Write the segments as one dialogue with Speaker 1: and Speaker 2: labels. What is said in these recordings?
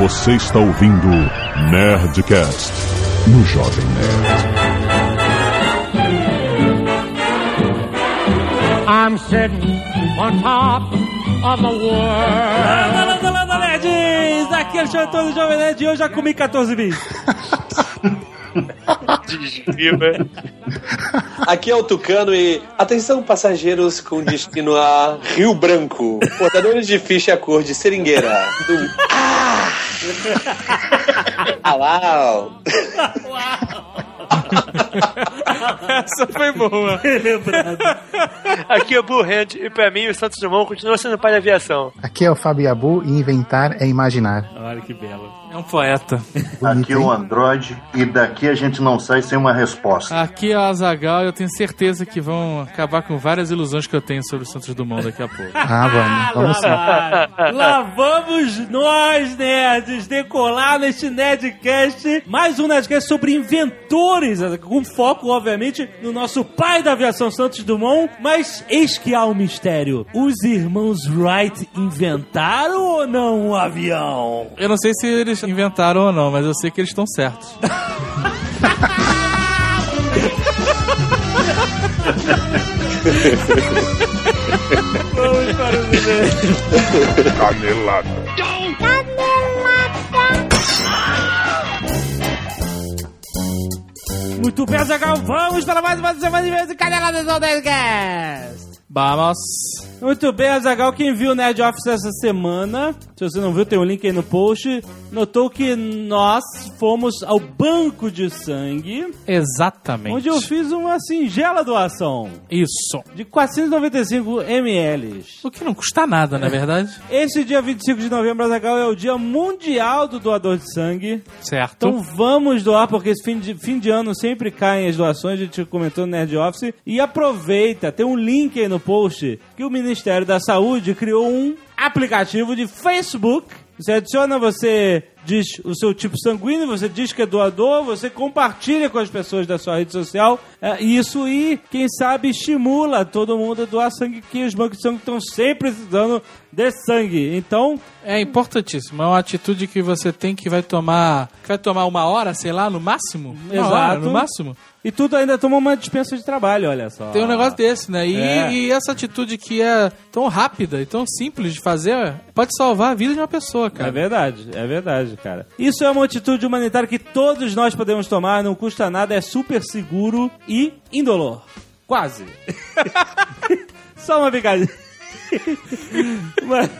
Speaker 1: Você está ouvindo Nerdcast no Jovem Nerd.
Speaker 2: I'm sitting on top of the world.
Speaker 3: Landa, landa, nerds! Aqui é o Alexandre do Jovem Nerd e eu já comi 14 vezes.
Speaker 4: Desvira.
Speaker 5: Aqui é o Tucano e atenção passageiros com destino a Rio Branco, portadores de ficha cor de seringueira. Do... Ah! Alau!
Speaker 3: Essa foi boa. Lembrado.
Speaker 4: Aqui é o Blue Hand e pra mim o Santos Dumont continua sendo pai da aviação.
Speaker 6: Aqui é o Fabiabu e inventar é imaginar.
Speaker 3: Olha que belo. É um poeta.
Speaker 7: Aqui é o Android e daqui a gente não sai sem uma resposta.
Speaker 8: Aqui é o Azagal e eu tenho certeza que vão acabar com várias ilusões que eu tenho sobre o Santos Dumont daqui a pouco.
Speaker 6: Ah, vamos, vamos sim.
Speaker 3: Lá, vai. Lá vamos nós, nerds, decolar neste Nerdcast. Mais um Nerdcast sobre inventores, com foco, obviamente, no nosso pai da aviação, Santos Dumont. Mas eis que há um mistério. Os irmãos Wright inventaram ou não o avião?
Speaker 8: Eu não sei se eles inventaram ou não, mas eu sei que eles estão certos.
Speaker 3: Vamos para os nerds.
Speaker 1: Canelada.
Speaker 3: Muito bem, Azaghal, vamos para mais uma semana de vez em Caneladas do Nerdcast.
Speaker 8: Vamos.
Speaker 3: Muito bem, Azagal. Quem viu o Nerd Office essa semana, se você não viu, tem um link aí no post. Notou que nós fomos ao banco de sangue,
Speaker 8: Exatamente.
Speaker 3: onde eu fiz uma singela doação
Speaker 8: Isso.
Speaker 3: de 495 ml.
Speaker 8: O que não custa nada, na verdade.
Speaker 3: Este dia 25 de novembro, Azagal, é o Dia Mundial do Doador de Sangue.
Speaker 8: Certo.
Speaker 3: Então vamos doar, porque esse fim de, fim de ano sempre caem as doações, a gente comentou no Nerd Office. E aproveita, tem um link aí no post que o Ministério da Saúde criou um aplicativo de Facebook. Você adiciona, você diz o seu tipo sanguíneo, você diz que é doador, você compartilha com as pessoas da sua rede social. é, e isso e, quem sabe, estimula todo mundo a doar sangue, que os bancos de sangue estão sempre precisando de sangue. Então,
Speaker 8: É importantíssimo. É uma atitude que você tem que vai tomar. Que vai tomar uma hora, sei lá, no máximo. Uma
Speaker 3: Exato.
Speaker 8: hora, no máximo.
Speaker 3: e tudo ainda toma uma dispensa de trabalho, olha só.
Speaker 8: Tem um negócio desse, né? E,
Speaker 3: Ah. É.
Speaker 8: e essa atitude que é tão rápida e tão simples de fazer pode salvar a vida de uma pessoa,
Speaker 3: É
Speaker 8: cara.
Speaker 3: verdade, é verdade, cara. Isso é uma atitude humanitária que todos nós podemos tomar, não custa nada, é super seguro e indolor. Quase. Só uma picadinha. Mas,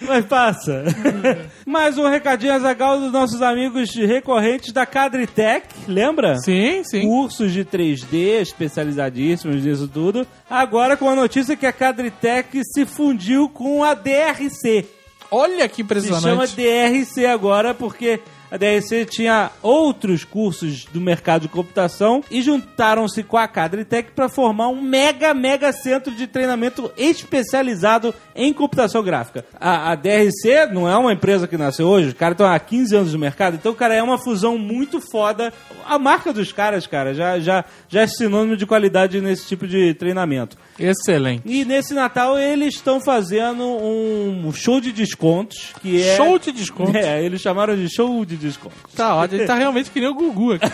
Speaker 3: mas passa. Mais um recadinho azagal dos nossos amigos recorrentes da Cadritec, lembra?
Speaker 8: Sim, sim.
Speaker 3: cursos de 3D especializadíssimos nisso tudo. Agora com a notícia que a Cadritec se fundiu com a DRC.
Speaker 8: Olha que
Speaker 3: Se chama
Speaker 8: impressionante.
Speaker 3: DRC agora porque a DRC tinha outros cursos do mercado de computação e juntaram-se com a Cadritec para formar um mega, mega centro de treinamento especializado em computação gráfica. A, a DRC não é uma empresa que nasceu hoje, os caras estão há 15 anos no mercado, então, cara, é uma fusão muito foda. A marca dos caras, cara, já, já, já é sinônimo de qualidade nesse tipo de treinamento.
Speaker 8: Excelente.
Speaker 3: E nesse Natal eles estão fazendo um show de descontos, que é...
Speaker 8: Show de desconto.
Speaker 3: É, eles chamaram de show de descontos.
Speaker 8: Tá ótimo. Ele tá realmente que nem o Gugu aqui.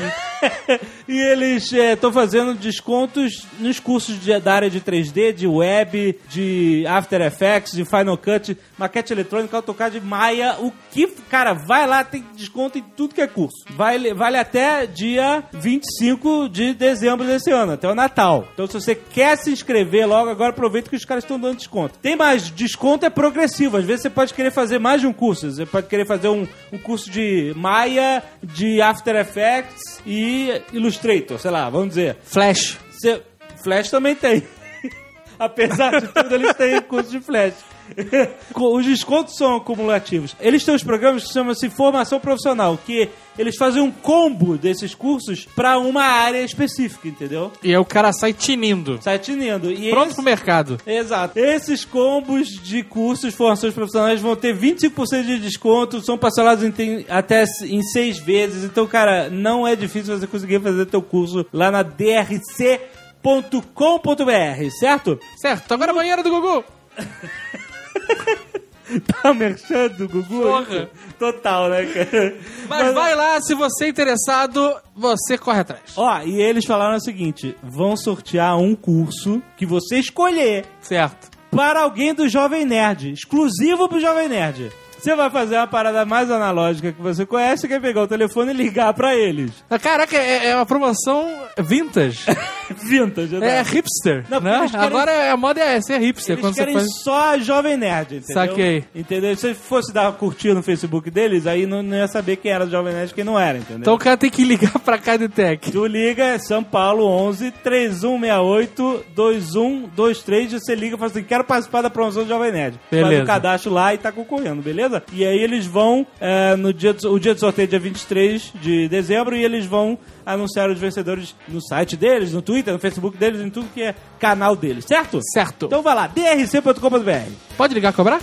Speaker 3: E eles estão fazendo descontos nos cursos de- da área de 3D, de web, de After Effects, de Final Cut, maquete eletrônica, AutoCAD, Maya, o que... Cara, vai lá, tem desconto em tudo que é curso. Vale, vale até dia 25 de dezembro desse ano, até o Natal. Então se você quer se inscrever logo agora, aproveita que os caras estão dando desconto. Tem mais, desconto é progressivo. Às vezes você pode querer fazer mais de um curso. Você pode querer fazer um, um curso de Maya, de After Effects e Illustrator, sei lá, vamos dizer.
Speaker 8: Flash.
Speaker 3: Você- Flash também tem. Apesar de tudo, eles têm curso de Flash. Co- Os descontos são acumulativos. Eles têm os programas que chamam-se Formação Profissional, que eles fazem um combo desses cursos para uma área específica, entendeu?
Speaker 8: E aí o cara sai tinindo.
Speaker 3: Sai tinindo. E
Speaker 8: Pronto
Speaker 3: eles-
Speaker 8: pro mercado.
Speaker 3: Exato. Esses combos de cursos, formações profissionais vão ter 25% de desconto, são parcelados em, tem- até s- em seis vezes. Então, cara, não é difícil você conseguir fazer teu curso lá na drc.com.br, certo?
Speaker 8: Certo, agora é a banheira do Gugu.
Speaker 3: Tá merchando, Gugu?
Speaker 8: Porra.
Speaker 3: Total, né, cara?
Speaker 8: Mas vai lá, se você é interessado, você corre atrás.
Speaker 3: Ó, e eles falaram o seguinte: vão sortear um curso que você escolher
Speaker 8: Certo.
Speaker 3: para alguém do Jovem Nerd, exclusivo pro Jovem Nerd. Você vai fazer uma parada mais analógica que você conhece, que é pegar o telefone e ligar pra eles.
Speaker 8: Ah, Caraca, é, é uma promoção vintage.
Speaker 3: Vintage,
Speaker 8: É
Speaker 3: né?
Speaker 8: hipster.
Speaker 3: Não, porque
Speaker 8: né?
Speaker 3: eles querem-
Speaker 8: Agora a moda é ser hipster.
Speaker 3: Eles
Speaker 8: quando
Speaker 3: querem
Speaker 8: você faz...
Speaker 3: só a Jovem Nerd, entendeu?
Speaker 8: Saquei.
Speaker 3: Entendeu? Se fosse dar curtir no Facebook deles, aí não, não ia saber quem era o Jovem Nerd e quem não era, entendeu?
Speaker 8: Então o cara tem que ligar pra Cadetec.
Speaker 3: Tu liga, é São Paulo 11 3168 2123. Você liga um e fala assim: quero participar da promoção do Jovem Nerd. Faz
Speaker 8: Beleza.
Speaker 3: o cadastro lá e tá concorrendo, beleza? E aí eles vão, é, no dia do, o dia do sorteio é dia 23 de dezembro, e eles vão anunciar os vencedores no site deles, no Twitter, no Facebook deles, em tudo que é canal deles, certo?
Speaker 8: Certo.
Speaker 3: Então vai lá, drc.com.br.
Speaker 8: Pode ligar cobrar?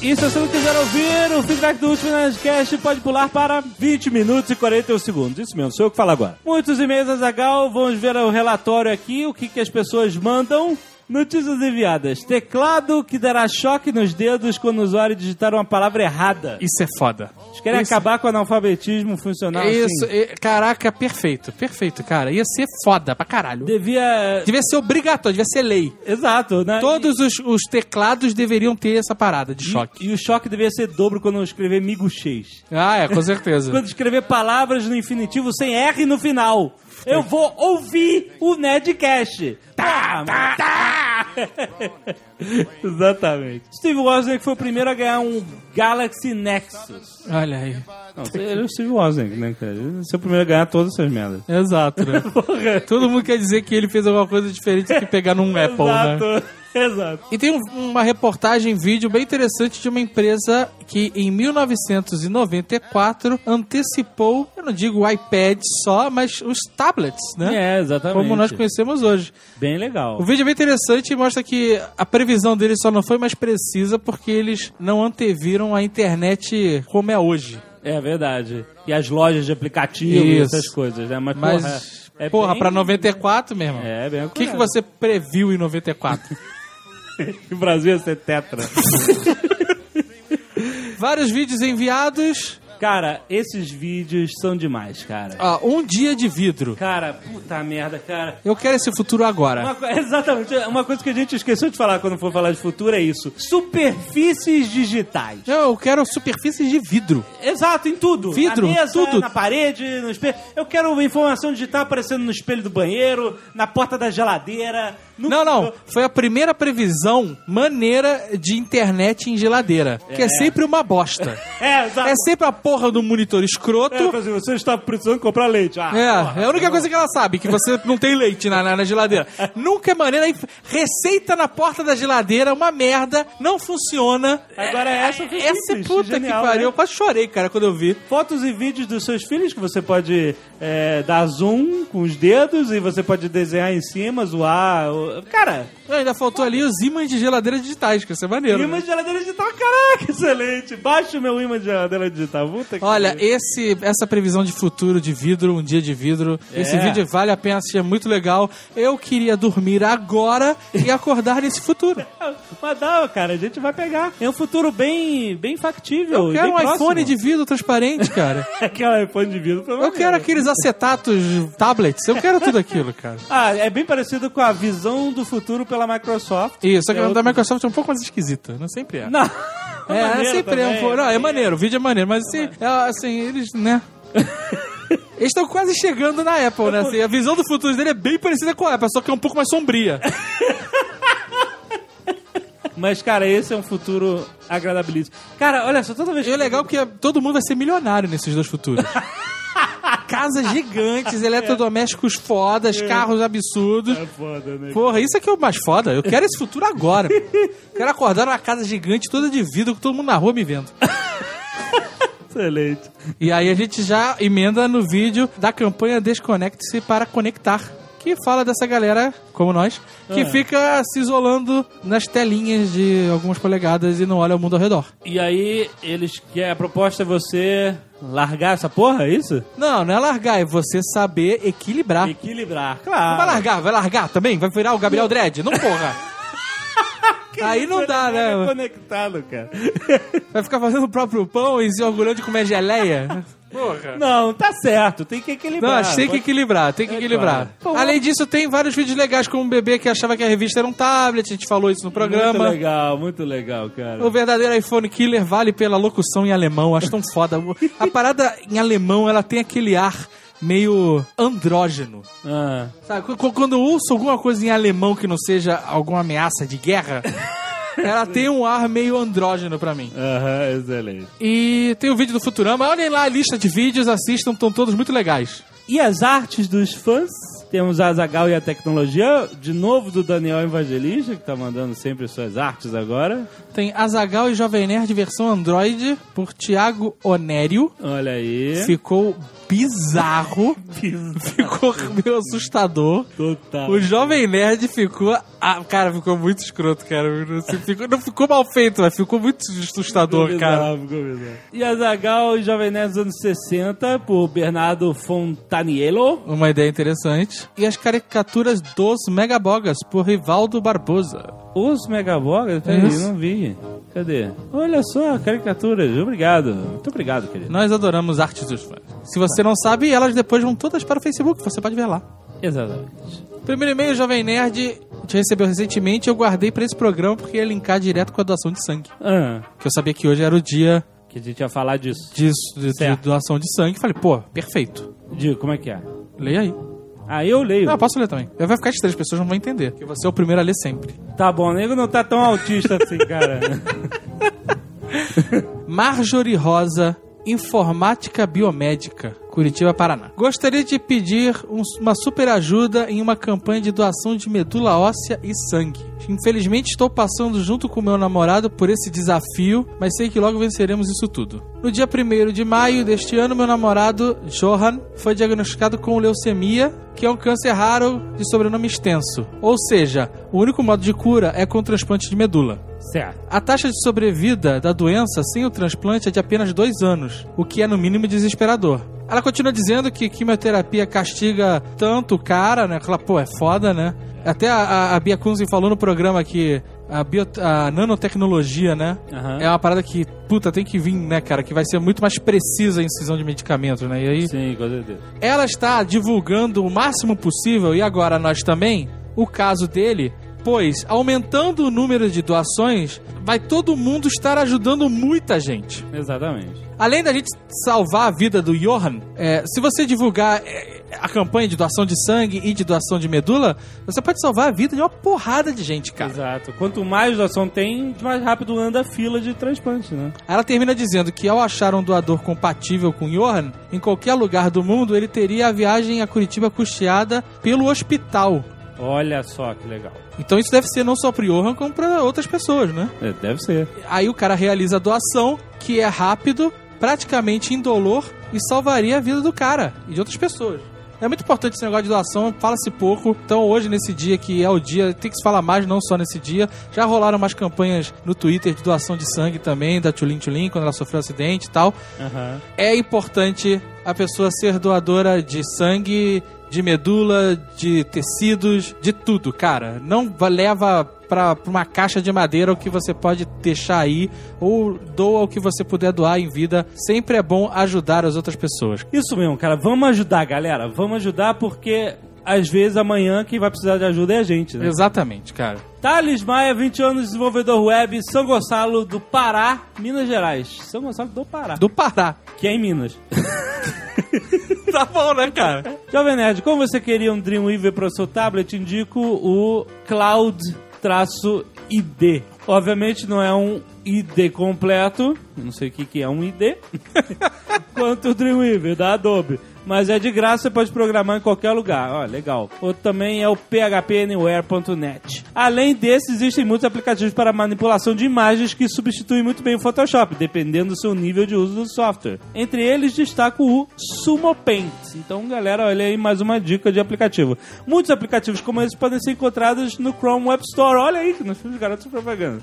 Speaker 3: E se você não quiser ouvir o feedback do último Nerdcast, pode pular para 20 minutos e 41 segundos. Isso mesmo, sou eu que falo agora. Muitos e-mails, Azagal. Vamos ver o relatório aqui, o que, que as pessoas mandam. Notícias enviadas. Teclado que dará choque nos dedos quando o usuário digitar uma palavra errada.
Speaker 8: Isso é foda.
Speaker 3: Eles querem
Speaker 8: isso.
Speaker 3: acabar com o analfabetismo funcional
Speaker 8: Isso,
Speaker 3: assim.
Speaker 8: e- caraca, perfeito, perfeito, cara. Ia ser foda pra caralho.
Speaker 3: Devia...
Speaker 8: Devia ser obrigatório, devia ser lei.
Speaker 3: Exato, né?
Speaker 8: Todos os, os teclados deveriam ter essa parada de
Speaker 3: E-
Speaker 8: choque.
Speaker 3: E, o choque devia ser dobro quando eu escrever miguxês.
Speaker 8: Ah, é, com certeza.
Speaker 3: quando escrever palavras no infinitivo sem R no final. Eu vou ouvir o Nerdcast. Tá, tá, Exatamente. Steve Wozniak foi o primeiro a ganhar um Galaxy Nexus.
Speaker 8: Olha aí.
Speaker 3: Não, ele é o Steve Wozniak, né, cara? Ele é o primeiro a ganhar todas essas merdas.
Speaker 8: Exato, né? Todo mundo quer dizer que ele fez alguma coisa diferente do que pegar num Apple, né?
Speaker 3: Exato, exato.
Speaker 8: E tem um- uma reportagem, vídeo bem interessante de uma empresa que em 1994 antecipou, eu não digo o iPad só, mas os tablets, né?
Speaker 3: É, exatamente.
Speaker 8: Como nós conhecemos hoje.
Speaker 3: Bem
Speaker 8: O
Speaker 3: legal.
Speaker 8: vídeo é bem interessante e mostra que a previsão deles só não foi mais precisa porque eles não anteviram a internet como é hoje.
Speaker 3: É verdade. E as lojas de aplicativo e
Speaker 8: Isso.
Speaker 3: essas coisas, né? Mas,
Speaker 8: Mas,
Speaker 3: porra, é
Speaker 8: porra,
Speaker 3: bem-
Speaker 8: pra 94, meu irmão.
Speaker 3: É, bem
Speaker 8: O que, que
Speaker 3: acurado.
Speaker 8: você previu em 94?
Speaker 3: O Brasil ia ser tetra.
Speaker 8: Vários vídeos enviados.
Speaker 3: Cara, esses vídeos são demais, cara.
Speaker 8: Ó, um dia de vidro.
Speaker 3: Cara, puta merda, cara.
Speaker 8: Eu quero esse futuro agora.
Speaker 3: Uma co- exatamente, uma coisa que a gente esqueceu de falar quando for falar de futuro é isso: superfícies digitais.
Speaker 8: Não, eu quero superfícies de vidro.
Speaker 3: Exato, em tudo.
Speaker 8: Vidro,
Speaker 3: na mesa,
Speaker 8: tudo.
Speaker 3: na parede, no espelho. Eu quero informação digital aparecendo no espelho do banheiro, na porta da geladeira. no-
Speaker 8: Não, não. Foi a primeira previsão maneira de internet em geladeira. Que é sempre uma bosta.
Speaker 3: É, exato.
Speaker 8: É sempre a porra do monitor escroto.
Speaker 3: É, assim, você está precisando comprar leite. Ah,
Speaker 8: É, é a única coisa que ela sabe, que você não tem leite na, na- na geladeira. Nunca é maneira. aí Receita na porta da geladeira, uma merda, não funciona.
Speaker 3: Agora essa foi
Speaker 8: Essa é
Speaker 3: simples,
Speaker 8: puta
Speaker 3: genial,
Speaker 8: que pariu.
Speaker 3: né?
Speaker 8: Eu quase chorei, cara, quando eu vi.
Speaker 3: fotos e vídeos dos seus filhos que você pode é, dar zoom com os dedos e você pode desenhar em cima, zoar. o- Cara,
Speaker 8: Não, Ainda faltou ali os ímãs de geladeira digitais, que isso é maneiro. né?
Speaker 3: imã de geladeira digital, caraca, excelente. Baixa o meu imã de geladeira digital. Puta que
Speaker 8: Olha,
Speaker 3: pariu.
Speaker 8: esse, essa previsão de futuro de vidro, um dia de vidro, esse vídeo vale a pena assistir, é muito legal. Eu queria dormir agora e acordar nesse futuro.
Speaker 3: Mas dá, cara, a gente vai pegar. É um futuro bem, bem factível.
Speaker 8: Eu
Speaker 3: e
Speaker 8: quero
Speaker 3: bem
Speaker 8: um
Speaker 3: próximo.
Speaker 8: iPhone de vidro transparente, cara.
Speaker 3: Aquela iPhone de vidro. pelo
Speaker 8: Eu
Speaker 3: menos.
Speaker 8: quero aqueles acetatos, tablets, eu quero tudo aquilo, cara.
Speaker 3: Ah, é bem parecido com a visão do futuro pela Microsoft.
Speaker 8: Isso, só que a
Speaker 3: Eu-
Speaker 8: da Microsoft é um pouco mais esquisita, né? Sempre é.
Speaker 3: Não.
Speaker 8: É, é
Speaker 3: Maneiro
Speaker 8: sempre é um
Speaker 3: também,
Speaker 8: pouco. Não, é
Speaker 3: maneiro.
Speaker 8: maneiro, o vídeo é maneiro, mas assim, é, assim eles, né? Eles estão quase chegando na Apple, né? Assim, a visão do futuro dele é bem parecida com a Apple, só que é um pouco mais sombria.
Speaker 3: Mas, cara, esse é um futuro agradabilíssimo. Cara, olha só, toda vez
Speaker 8: E o legal é que todo mundo vai ser milionário nesses dois futuros. Casas gigantes, eletrodomésticos fodas, carros absurdos.
Speaker 3: É foda, né?
Speaker 8: Porra, isso aqui é o mais foda. Eu quero esse futuro agora. Quero acordar numa casa gigante toda de vidro com todo mundo na rua me vendo.
Speaker 3: Excelente.
Speaker 8: E aí a gente já emenda no vídeo da campanha Desconecte-se para conectar. que fala dessa galera, como nós, que
Speaker 3: Ah.
Speaker 8: fica se isolando nas telinhas de algumas polegadas e não olha o mundo ao redor.
Speaker 3: E aí, eles que a proposta é você largar essa porra, é isso?
Speaker 8: Não, não é largar, é você saber equilibrar.
Speaker 3: Equilibrar,
Speaker 8: Não
Speaker 3: claro.
Speaker 8: Vai largar, vai largar também? Vai virar o Gabriel Dredd? Não, porra! Aí não dá, né?
Speaker 3: É
Speaker 8: mano?
Speaker 3: conectado, cara.
Speaker 8: Vai ficar fazendo o próprio pão e se orgulhando de comer geleia?
Speaker 3: Não, tá certo, tem que
Speaker 8: Não,
Speaker 3: equilibrar.
Speaker 8: acho que tem que equilibrar, tem que
Speaker 3: É
Speaker 8: equilibrar.
Speaker 3: claro. Pô,
Speaker 8: Além disso, tem vários vídeos legais, como um bebê que achava que a revista era um tablet, a gente falou isso no
Speaker 3: Muito
Speaker 8: programa.
Speaker 3: legal, muito legal, cara.
Speaker 8: O verdadeiro iPhone Killer vale pela locução em alemão, acho tão foda. A parada em alemão, ela tem aquele ar meio andrógeno.
Speaker 3: Ah.
Speaker 8: Sabe, qu- qu- quando eu ouço alguma coisa em alemão que não seja alguma ameaça de guerra, ela tem um ar meio andrógeno pra mim.
Speaker 3: Aham, excelente.
Speaker 8: E tem o vídeo do Futurama, olhem lá a lista de vídeos, assistam, estão todos muito legais.
Speaker 3: E as artes dos fãs? Temos a Zagal e a tecnologia, de novo do Daniel Evangelista, que tá mandando sempre suas artes agora.
Speaker 8: Tem Azagal e Jovem Nerd versão Android por Thiago Onério.
Speaker 3: Olha aí.
Speaker 8: Ficou bizarro. ficou meio assustador.
Speaker 3: Total.
Speaker 8: O Jovem Nerd ficou. Ah, cara, ficou muito escroto, cara. Não se- ficou, não ficou mal feito, mas ficou muito assustador, cara.
Speaker 3: Bizarro, ficou bizarro. E a Zagal e Jovem Nerd dos anos 60, por Bernardo Fontaniello.
Speaker 8: Uma ideia interessante. E as caricaturas dos Megabogas por Rivaldo Barbosa.
Speaker 3: Os Megabogas? Peraí,
Speaker 8: Isso.
Speaker 3: não vi. Cadê? Olha só, caricaturas. Obrigado. Muito obrigado, querido.
Speaker 8: Nós adoramos artes dos fãs. Se você não sabe, elas depois vão todas para o Facebook, você pode ver lá.
Speaker 3: Exatamente.
Speaker 8: Primeiro e-mail, Jovem Nerd, te recebeu recentemente, eu guardei pra esse programa porque ia linkar direto com a doação de sangue.
Speaker 3: Ah,
Speaker 8: Que eu sabia que hoje era o dia
Speaker 3: que a gente ia falar disso.
Speaker 8: disso, de, de
Speaker 3: Certo.
Speaker 8: doação de sangue. Falei, pô, perfeito.
Speaker 3: De, como é que é?
Speaker 8: Leia aí.
Speaker 3: Ah, eu leio.
Speaker 8: Não, eu posso ler também. Vai ficar estranho, as pessoas não vão entender. Porque você é o primeiro a ler sempre.
Speaker 3: Tá bom, o nego não tá tão autista assim, cara.
Speaker 8: Marjorie Rosa, Informática Biomédica, Curitiba, Paraná. Gostaria de pedir um- uma super ajuda em uma campanha de doação de medula óssea e sangue. Infelizmente estou passando junto com meu namorado por esse desafio, mas sei que logo venceremos isso tudo. No dia 1 de maio deste ano, meu namorado Johan foi diagnosticado com leucemia, que é um câncer raro de sobrenome extenso. Ou seja, o único modo de cura é com transplante de medula.
Speaker 3: certo.
Speaker 8: A taxa de sobrevida da doença sem o transplante é de apenas dois anos, o que é no mínimo desesperador. Ela continua dizendo que quimioterapia castiga tanto o cara, né? Ela, pô, é foda, né? Até a, a, a Bia Kunze falou no programa que a, bio, a nanotecnologia, né?
Speaker 3: Aham.
Speaker 8: É uma parada que, puta, tem que vir, né, cara? Que vai ser muito mais precisa a incisão de medicamentos, né? E aí,
Speaker 3: Sim, com certeza.
Speaker 8: ela está divulgando o máximo possível, e agora nós também, o caso dele, pois aumentando o número de doações, vai todo mundo estar ajudando muita gente.
Speaker 3: Exatamente.
Speaker 8: Além da gente salvar a vida do Johan, é, se você divulgar é, a campanha de doação de sangue e de doação de medula, você pode salvar a vida de uma porrada de gente, cara.
Speaker 3: Exato. Quanto mais doação tem, mais rápido anda a fila de transplante, né?
Speaker 8: Ela termina dizendo que ao achar um doador compatível com Johan, em qualquer lugar do mundo, ele teria a viagem a Curitiba custeada pelo hospital.
Speaker 3: Olha só que legal.
Speaker 8: Então isso deve ser não só pro Johan, como pra outras pessoas, né?
Speaker 3: É, deve ser.
Speaker 8: Aí o cara realiza a doação, que é rápido, praticamente indolor e salvaria a vida do cara e de outras pessoas. É muito importante esse negócio de doação, fala-se pouco. Então hoje, nesse dia que é o dia, tem que se falar mais, não só nesse dia. Já rolaram umas campanhas no Twitter de doação de sangue também, da Tulin Tulin, quando ela sofreu um acidente e tal.
Speaker 3: Aham.
Speaker 8: É importante a pessoa ser doadora de sangue, de medula, de tecidos, de tudo, cara. Não va- leva pra, pra uma caixa de madeira o que você pode deixar aí, ou doa o que você puder doar em vida. Sempre é bom ajudar as outras pessoas.
Speaker 3: Isso mesmo, cara. Vamos ajudar, galera. Vamos ajudar porque às vezes amanhã quem vai precisar de ajuda é a gente, né?
Speaker 8: Exatamente, cara.
Speaker 3: Thales Maia, 20 anos, desenvolvedor web, São Gonçalo do Pará, Minas Gerais. São Gonçalo do Pará,
Speaker 8: Do Pará.
Speaker 3: que é em Minas.
Speaker 8: tá bom, né, cara?
Speaker 3: Jovem Nerd, como você queria um Dreamweaver para o seu tablet, indico o Cloud-ID. Obviamente não é um ID completo, eu não sei o que, que é um ID, quanto o Dreamweaver da Adobe. Mas é de graça, você pode programar em qualquer lugar. Ó, legal. Outro também é o phpanywhere.net. Além desse, existem muitos aplicativos para manipulação de imagens que substituem muito bem o Photoshop, dependendo do seu nível de uso do software. Entre eles, destaco o SumoPaint. Então, galera, olha aí mais uma dica de aplicativo. Muitos aplicativos como esse podem ser encontrados no Chrome Web Store. Olha aí, que nós fomos garotos de propaganda.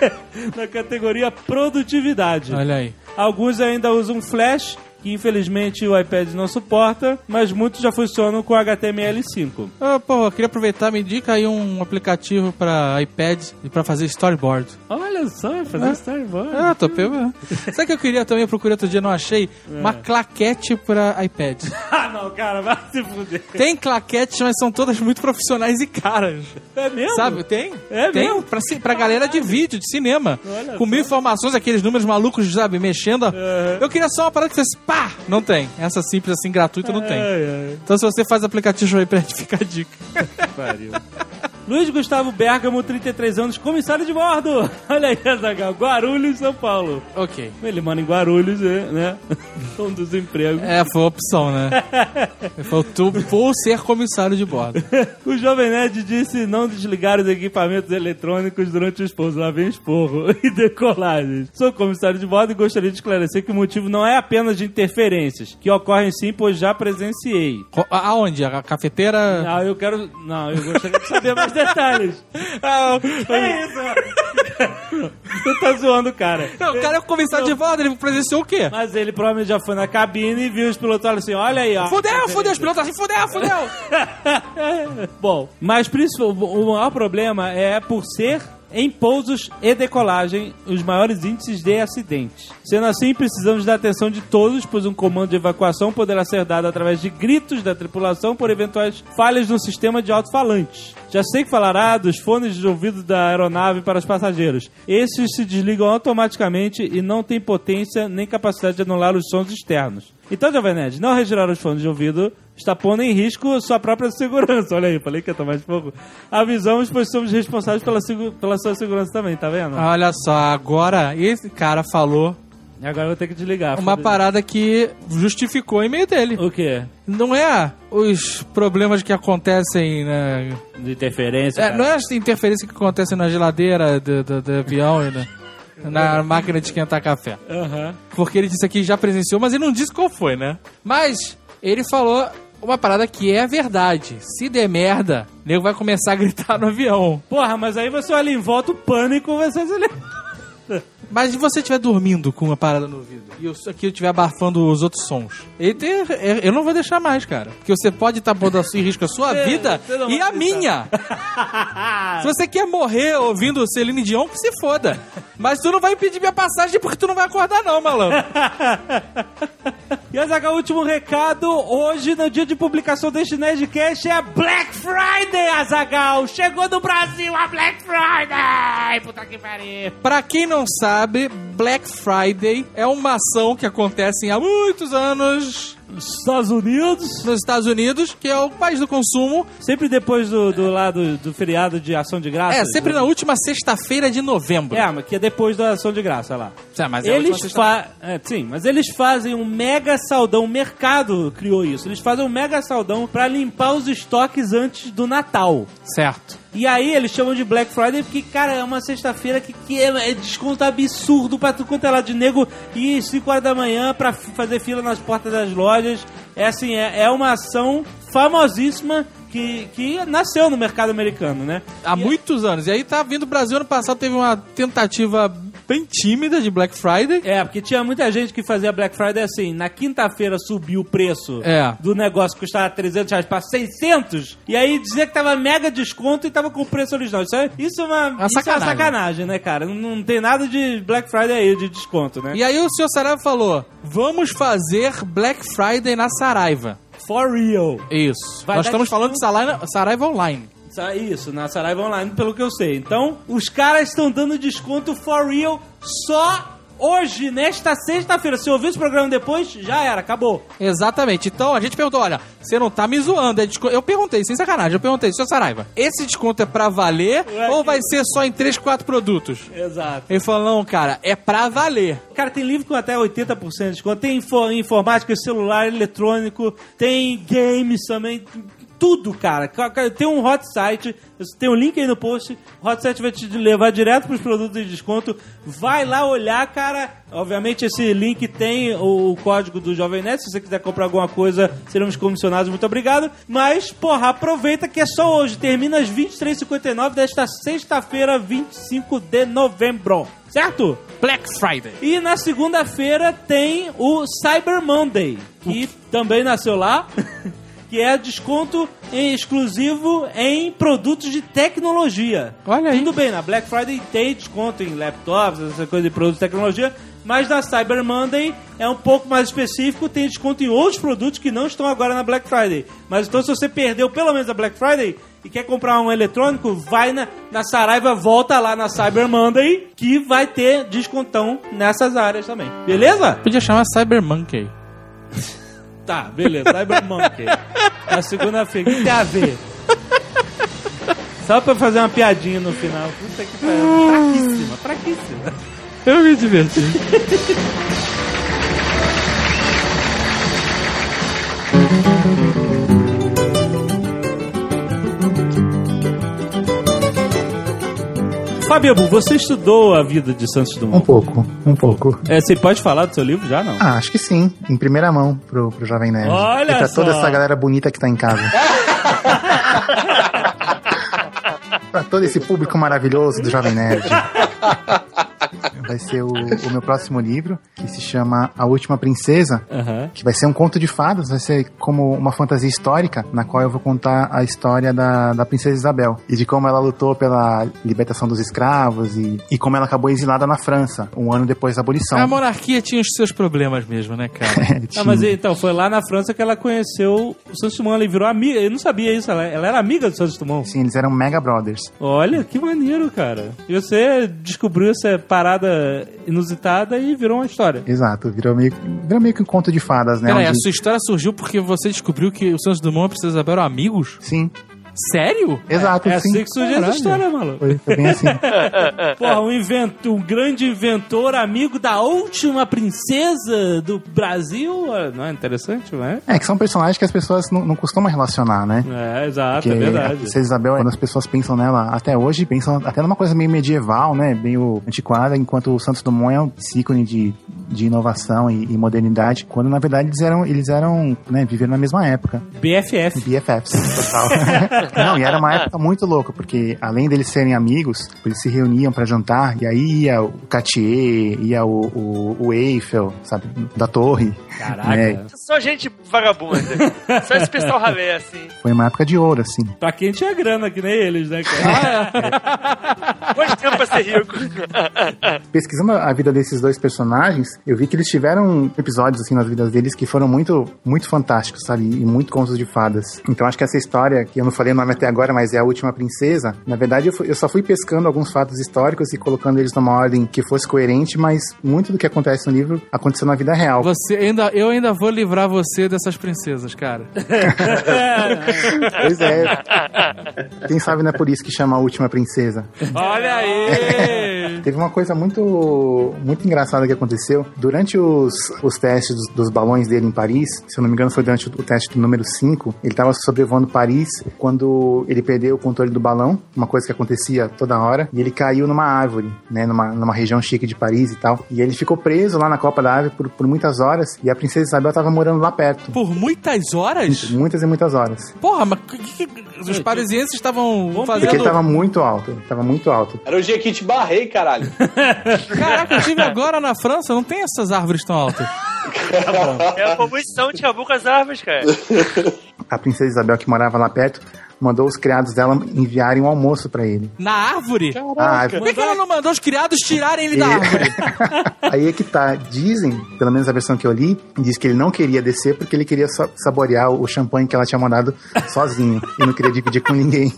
Speaker 3: Na categoria produtividade.
Speaker 8: Olha aí.
Speaker 3: Alguns ainda usam Flash, que infelizmente o iPad não suporta, mas muitos já funcionam com HTML5.
Speaker 8: Ah, pô, eu queria aproveitar, me indica aí um aplicativo pra iPad e pra fazer storyboard.
Speaker 3: Olha só, fazer storyboard.
Speaker 8: Ah, topei mesmo. Sabe que eu queria também, eu procurei outro dia, não achei? Uma claquete pra iPad.
Speaker 3: Ah, não, cara, vai se fuder.
Speaker 8: Tem claquetes, mas são todas muito profissionais e caras.
Speaker 3: É mesmo?
Speaker 8: Sabe, tem?
Speaker 3: É
Speaker 8: tem
Speaker 3: mesmo?
Speaker 8: Pra, ci- pra galera de vídeo, de cinema.
Speaker 3: Olha
Speaker 8: com mil informações, aqueles números malucos, sabe, mexendo.
Speaker 3: É.
Speaker 8: Eu queria só uma parada que fizesse pá! Não tem. Essa simples assim, gratuita, não tem.
Speaker 3: Ai,
Speaker 8: Então se você faz aplicativo aí pra ficar a dica.
Speaker 3: ai, pariu. Luiz Gustavo Bergamo, 33 anos, comissário de bordo. Olha aí, Azaghal, Guarulhos, São Paulo.
Speaker 8: Ok.
Speaker 3: Ele mora em Guarulhos, é, né? Um dos empregos.
Speaker 8: É, foi a opção, né? Faltou vou ser comissário de bordo.
Speaker 3: O Jovem Nerd disse não desligar os equipamentos eletrônicos durante o esposo. Lá vem esporro e decolagens. Sou comissário de bordo e gostaria de esclarecer que o motivo não é apenas de interferências, que ocorrem sim, pois já presenciei.
Speaker 8: Co- a- Aonde? A cafeteira?
Speaker 3: Não, eu quero. Não, eu gostaria de saber mais detalhes.
Speaker 8: Ah, o-
Speaker 3: É isso! Você tá zoando o cara.
Speaker 8: Não, o cara é comissário de bordo, ele presenciou o quê?
Speaker 3: Mas ele provavelmente já foi na cabine e viu os pilotos olha assim: olha aí, ó.
Speaker 8: Fudeu, fudeu, os pilotos assim, fudeu, fudeu.
Speaker 3: Bom, mas principal, o maior problema é por ser em pousos e decolagem os maiores índices de acidentes. Sendo assim, precisamos da atenção de todos, pois um comando de evacuação poderá ser dado através de gritos da tripulação por eventuais falhas no sistema de alto-falantes. Já sei que falará dos fones de ouvido da aeronave para os passageiros. Esses se desligam automaticamente e não têm potência nem capacidade de anular os sons externos. Então, Jovem Nerd, não retirar os fones de ouvido está pondo em risco sua própria segurança. Olha aí, falei que ia tomar de pouco. Avisamos, pois somos responsáveis pela, segu- pela sua segurança também, tá vendo?
Speaker 8: Olha só, agora esse cara falou
Speaker 3: Agora eu vou ter que desligar.
Speaker 8: uma
Speaker 3: foda-se.
Speaker 8: parada que justificou o e-mail dele.
Speaker 3: O quê?
Speaker 8: Não é os problemas que acontecem na...
Speaker 3: De interferência?
Speaker 8: É,
Speaker 3: cara?
Speaker 8: não é as interferências que acontecem na geladeira do, do, do avião e na, na máquina de esquentar café.
Speaker 3: Aham.
Speaker 8: Porque ele disse aqui que já presenciou, mas ele não disse qual foi, né? Mas ele falou uma parada que é verdade. Se der merda, o nego vai começar a gritar no avião.
Speaker 3: Porra, mas aí você olha em volta o pânico, você se lembra.
Speaker 8: Mas se você estiver dormindo com uma parada no ouvido e eu aqui eu estiver abafando os outros sons, ele tem- é- eu não vou deixar mais, cara. Porque você pode estar pondo em risco a sua
Speaker 3: É,
Speaker 8: vida
Speaker 3: você não
Speaker 8: e
Speaker 3: vai
Speaker 8: a minha. se você quer morrer ouvindo Celine Dion, que se foda. Mas tu não vai impedir minha passagem porque tu não vai acordar, não, malandro.
Speaker 3: E Azaghal, último recado. Hoje, no dia de publicação deste Nerdcast, é Black Friday, Azaghal. Chegou no Brasil a Black Friday. Puta que pariu.
Speaker 8: pra quem não sabe, Black Friday é uma ação que acontece há muitos anos
Speaker 3: Estados Unidos.
Speaker 8: nos Estados Unidos, que é o país do consumo.
Speaker 3: Sempre depois do, do lado do feriado de ação de graça.
Speaker 8: É, sempre na última sexta-feira de novembro.
Speaker 3: Ah, É, mas que é depois da ação de graça, olha lá.
Speaker 8: É, mas é a última
Speaker 3: Eles
Speaker 8: sexta-feira.
Speaker 3: fa... é, sim, mas eles fazem um mega saldão, o mercado criou isso. Eles fazem um mega saldão pra limpar os estoques antes do Natal.
Speaker 8: Certo.
Speaker 3: E aí eles chamam de Black Friday porque, cara, é uma sexta-feira que, que é, é desconto absurdo pra tu quanto é lá de nego e 5 horas da manhã pra f- fazer fila nas portas das lojas. É assim, é, é uma ação famosíssima que, que nasceu no mercado americano, né?
Speaker 8: Há muitos anos. E aí tá vindo o Brasil. Ano passado teve uma tentativa bem tímida de Black Friday.
Speaker 3: É, porque tinha muita gente que fazia Black Friday assim, na quinta-feira subiu o preço
Speaker 8: É.
Speaker 3: do negócio que custava 300 reais pra 600, e aí dizia que tava mega desconto e tava com o preço original. Isso é, isso é uma,
Speaker 8: Uma
Speaker 3: isso é uma
Speaker 8: sacanagem.
Speaker 3: sacanagem, né, cara? Não, não tem nada de Black Friday aí, de desconto, né?
Speaker 8: E aí o senhor Saraiva falou: vamos fazer Black Friday na Saraiva.
Speaker 3: For real.
Speaker 8: Isso.
Speaker 3: Vai
Speaker 8: Nós
Speaker 3: dar desconto.
Speaker 8: estamos falando de Saraiva, Saraiva Online.
Speaker 3: Isso- Isso, na Saraiva Online, pelo que eu sei. Então, os caras estão dando desconto for real só hoje, nesta sexta-feira. Se ouvir esse programa depois, já era, acabou.
Speaker 8: Exatamente. Então a gente perguntou: olha, você não tá me zoando. é desconto- Eu perguntei, sem sacanagem, eu perguntei, seu Saraiva, esse desconto é pra valer
Speaker 3: Ué,
Speaker 8: ou
Speaker 3: que-
Speaker 8: vai ser só em 3, 4 produtos?
Speaker 3: Exato.
Speaker 8: Ele falou, não, cara, é pra valer.
Speaker 3: Cara, tem livro com até 80% de desconto, tem info- informática, celular, eletrônico, tem games também, tudo, cara. Ca- ca- Tem um hot site, tem um link aí no post, o hot site vai te levar direto pros produtos de desconto. Vai lá olhar, cara. Obviamente esse link tem o o código do Jovem Nerd, se você quiser comprar alguma coisa, seremos comissionados, muito obrigado. Mas, porra, aproveita que é só hoje, termina às 23h59 desta sexta-feira, 25 de novembro. Certo?
Speaker 8: Black Friday.
Speaker 3: E na segunda-feira tem o Cyber Monday, que também nasceu lá, que é desconto em- exclusivo em produtos de tecnologia.
Speaker 8: Olha aí.
Speaker 3: Tudo bem, na Black Friday tem desconto em laptops, essa coisa de produtos de tecnologia, mas na Cyber Monday é um pouco mais específico, tem desconto em outros produtos que não estão agora na Black Friday. Mas então se você perdeu pelo menos a Black Friday e quer comprar um eletrônico, vai na, na Saraiva, volta lá na Cyber Monday que vai ter descontão nessas áreas também. Beleza?
Speaker 8: Podia chamar Cyber Monkey.
Speaker 3: Tá, beleza. Cyber Monkey. Na segunda-feira. O que tem a ver? Só pra fazer uma piadinha no final. Puta que pariu. Traquíssima, traquíssima.
Speaker 8: Eu me diverti.
Speaker 3: Fábio, você estudou a vida de Santos
Speaker 6: Um
Speaker 3: Dumont?
Speaker 6: pouco, um pouco.
Speaker 3: É, você pode falar do seu livro já, não?
Speaker 6: Ah, acho que sim, em primeira mão pro, pro Jovem Nerd.
Speaker 3: Olha
Speaker 6: e pra toda
Speaker 3: só.
Speaker 6: essa galera bonita que tá em casa. pra todo esse público maravilhoso do Jovem Nerd. Vai ser o, o meu próximo livro, que se chama A Última Princesa,
Speaker 3: Aham.
Speaker 6: que vai ser um conto de fadas, vai ser como uma fantasia histórica, na qual eu vou contar a história da, da princesa Isabel e de como ela lutou pela libertação dos escravos e, e como ela acabou exilada na França, um ano depois da abolição.
Speaker 8: A monarquia tinha os seus problemas mesmo, né, cara?
Speaker 3: Ah, mas então, foi lá na França que ela conheceu o Santos Dumont, ela virou amiga. Eu não sabia isso, ela, ela era amiga do Santos Dumont.
Speaker 6: Sim, eles eram mega brothers.
Speaker 3: Olha, que maneiro, cara. E você descobriu essa parada inusitada e virou uma história.
Speaker 6: Exato, virou meio, virou meio que um conto de fadas, né?
Speaker 8: Peraí, a
Speaker 3: é
Speaker 6: Onde-
Speaker 8: sua história surgiu porque você descobriu que o Santos Dumont e a Princesa Isabel eram amigos?
Speaker 6: Sim,
Speaker 8: Sério?
Speaker 6: exato,
Speaker 3: É
Speaker 6: sim.
Speaker 3: assim que surgiu essa
Speaker 8: Caralho. É,
Speaker 3: história, maluco.
Speaker 6: Foi, foi bem assim.
Speaker 3: Porra, um, invento, um grande inventor, amigo da última princesa do Brasil. Ah, Não é interessante, não é?
Speaker 6: É, que são personagens que as pessoas não, não costumam relacionar, né?
Speaker 3: É, exato,
Speaker 6: Porque
Speaker 3: é
Speaker 6: a
Speaker 3: verdade.
Speaker 6: Princesa Isabel, quando as pessoas pensam nela até hoje, pensam até numa coisa meio medieval, né? Meio antiquada, enquanto o Santos Dumont é um ícone de, de inovação e, e modernidade, quando na verdade eles eram, eles eram, né, viveram na mesma época.
Speaker 3: BFF.
Speaker 6: BFFs, né, total. Não, e era uma época muito louca, porque além deles serem amigos, eles se reuniam pra jantar, e aí ia o Cartier, ia o, o, o Eiffel, sabe, da torre.
Speaker 3: Caraca.
Speaker 6: É.
Speaker 4: Só gente vagabunda. Só esse pessoal ralé, assim.
Speaker 6: Foi uma época de ouro, assim.
Speaker 3: Pra quem tinha grana, que nem eles, né, cara?
Speaker 4: Quanto tempo pra ser rico?
Speaker 6: pesquisando a vida desses dois personagens, eu vi que eles tiveram episódios assim nas vidas deles que foram muito, muito fantásticos, sabe? E muito contos de fadas. Então acho que essa história, que eu não falei o nome até agora, mas é a última princesa, na verdade eu, fui- eu só fui pescando alguns fatos históricos e colocando eles numa ordem que fosse coerente, mas muito do que acontece no livro aconteceu na vida real.
Speaker 8: Você ainda, eu ainda vou livrar você dessas princesas, cara.
Speaker 6: Pois é. Quem sabe não é por isso que chama a última princesa.
Speaker 3: Olha aí!
Speaker 6: Teve uma coisa muito, muito engraçada que aconteceu. Durante os, os testes dos, dos balões dele em Paris, se eu não me engano, foi durante o, o teste do número 5, ele estava sobrevoando Paris quando ele perdeu o controle do balão, uma coisa que acontecia toda hora, e ele caiu numa árvore, né, numa, numa região chique de Paris e tal. E ele ficou preso lá na Copa da Árvore por, por muitas horas, e a princesa Isabel estava morando lá perto.
Speaker 8: Por muitas horas?
Speaker 6: Muitas e muitas horas.
Speaker 8: Porra, mas que- que- os parisienses estavam
Speaker 3: Bom,
Speaker 6: Porque
Speaker 8: fazendo.
Speaker 6: ele tava muito alto, ele tava muito alto.
Speaker 5: Era o dia que te barrei, caralho.
Speaker 8: Caraca, eu estive agora na França, não tem essas árvores tão altas.
Speaker 4: É a poluição de Rabu com as árvores, cara.
Speaker 6: A princesa Isabel, que morava lá perto, mandou os criados dela enviarem um almoço para ele.
Speaker 8: Na árvore?
Speaker 6: A árvore.
Speaker 8: Por que, que ela não mandou os criados tirarem ele da
Speaker 6: E-
Speaker 8: árvore?
Speaker 6: Aí é que tá. Dizem, pelo menos a versão que eu li, diz que ele não queria descer porque ele queria só saborear o champanhe que ela tinha mandado sozinho e não queria dividir com ninguém.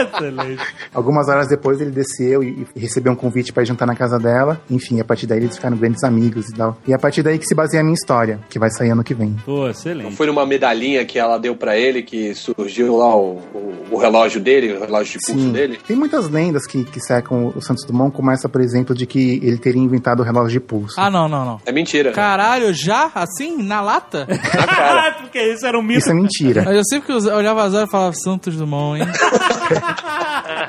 Speaker 3: Excelente.
Speaker 6: Algumas horas depois ele desceu e, e recebeu um convite pra ir jantar na casa dela. Enfim, a partir daí eles ficaram grandes amigos e tal. E é a partir daí que se baseia a minha história, que vai sair ano que vem.
Speaker 3: Pô,
Speaker 5: Não
Speaker 3: excelente.
Speaker 5: foi numa medalhinha que ela deu pra ele que surgiu lá o, o- o relógio dele, o relógio de pulso
Speaker 6: Sim.
Speaker 5: dele?
Speaker 6: Tem muitas lendas que, que cercam o Santos Dumont, como essa, por exemplo, de que ele teria inventado o relógio de pulso.
Speaker 8: Ah, não, não, não.
Speaker 5: É mentira.
Speaker 8: Caralho, já? Assim? Na lata?
Speaker 3: Ah, Porque isso era um mito.
Speaker 6: Isso é mentira.
Speaker 8: Mas eu sempre que eu olhava as horas eu falava Santos Dumont, hein?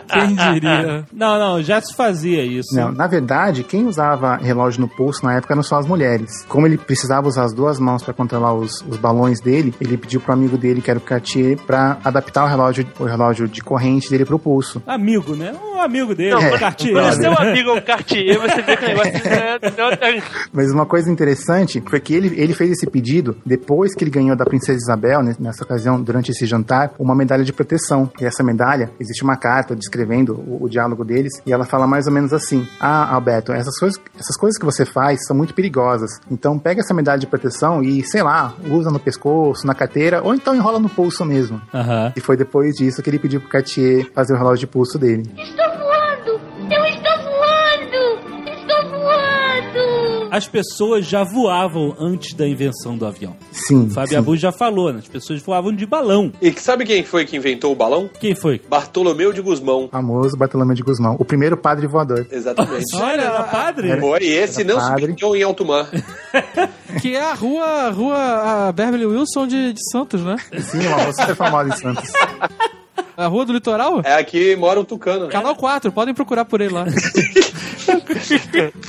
Speaker 8: Quem diria?
Speaker 3: Não, não, já se fazia isso.
Speaker 6: Não, na verdade, quem usava relógio no pulso na época eram só as mulheres. Como ele precisava usar as duas mãos para controlar os, os balões dele, ele pediu pro amigo dele, que era o Cartier, para adaptar o relógio, o relógio de corrente dele pro pulso.
Speaker 3: Amigo, né? Um amigo dele,
Speaker 4: Não,
Speaker 3: um
Speaker 4: quando-
Speaker 3: Cartier.
Speaker 4: Quando seu amigo é um Cartier, você vê que o negócio é, é,
Speaker 6: Mas uma coisa interessante foi que ele, ele fez esse pedido depois que ele ganhou da Princesa Isabel, né, nessa ocasião, durante esse jantar, uma medalha de proteção. E essa medalha, existe uma carta descrevendo o, o diálogo deles, e ela fala mais ou menos assim: Ah, Alberto, essas coisas, essas coisas que você faz são muito perigosas. Então pega essa medalha de proteção e, sei lá, usa no pescoço, na carteira, ou então enrola no pulso mesmo.
Speaker 3: Aham.
Speaker 6: E foi depois disso que ele pediu pro Cartier fazer o relógio de pulso dele.
Speaker 9: Estou voando! Eu estou voando! Estou voando!
Speaker 3: As pessoas já voavam antes da invenção do avião.
Speaker 6: Sim.
Speaker 3: O Fábio
Speaker 6: sim.
Speaker 3: Abu já falou, né? As pessoas voavam de balão.
Speaker 5: E que- sabe quem foi que inventou o balão?
Speaker 3: Quem foi?
Speaker 5: Bartolomeu de Guzmão.
Speaker 6: Famoso Bartolomeu de Guzmão, o primeiro padre voador.
Speaker 5: Exatamente.
Speaker 3: Olha, era padre?
Speaker 5: Foi esse não se
Speaker 6: padre.
Speaker 5: meteu em alto mar.
Speaker 8: Que é a rua, a rua a Beverly Wilson de, de Santos, né?
Speaker 6: Sim, uma moça super famosa em Santos.
Speaker 8: A rua do litoral?
Speaker 5: É aqui mora um tucano. né?
Speaker 8: Canal 4, podem procurar por ele lá.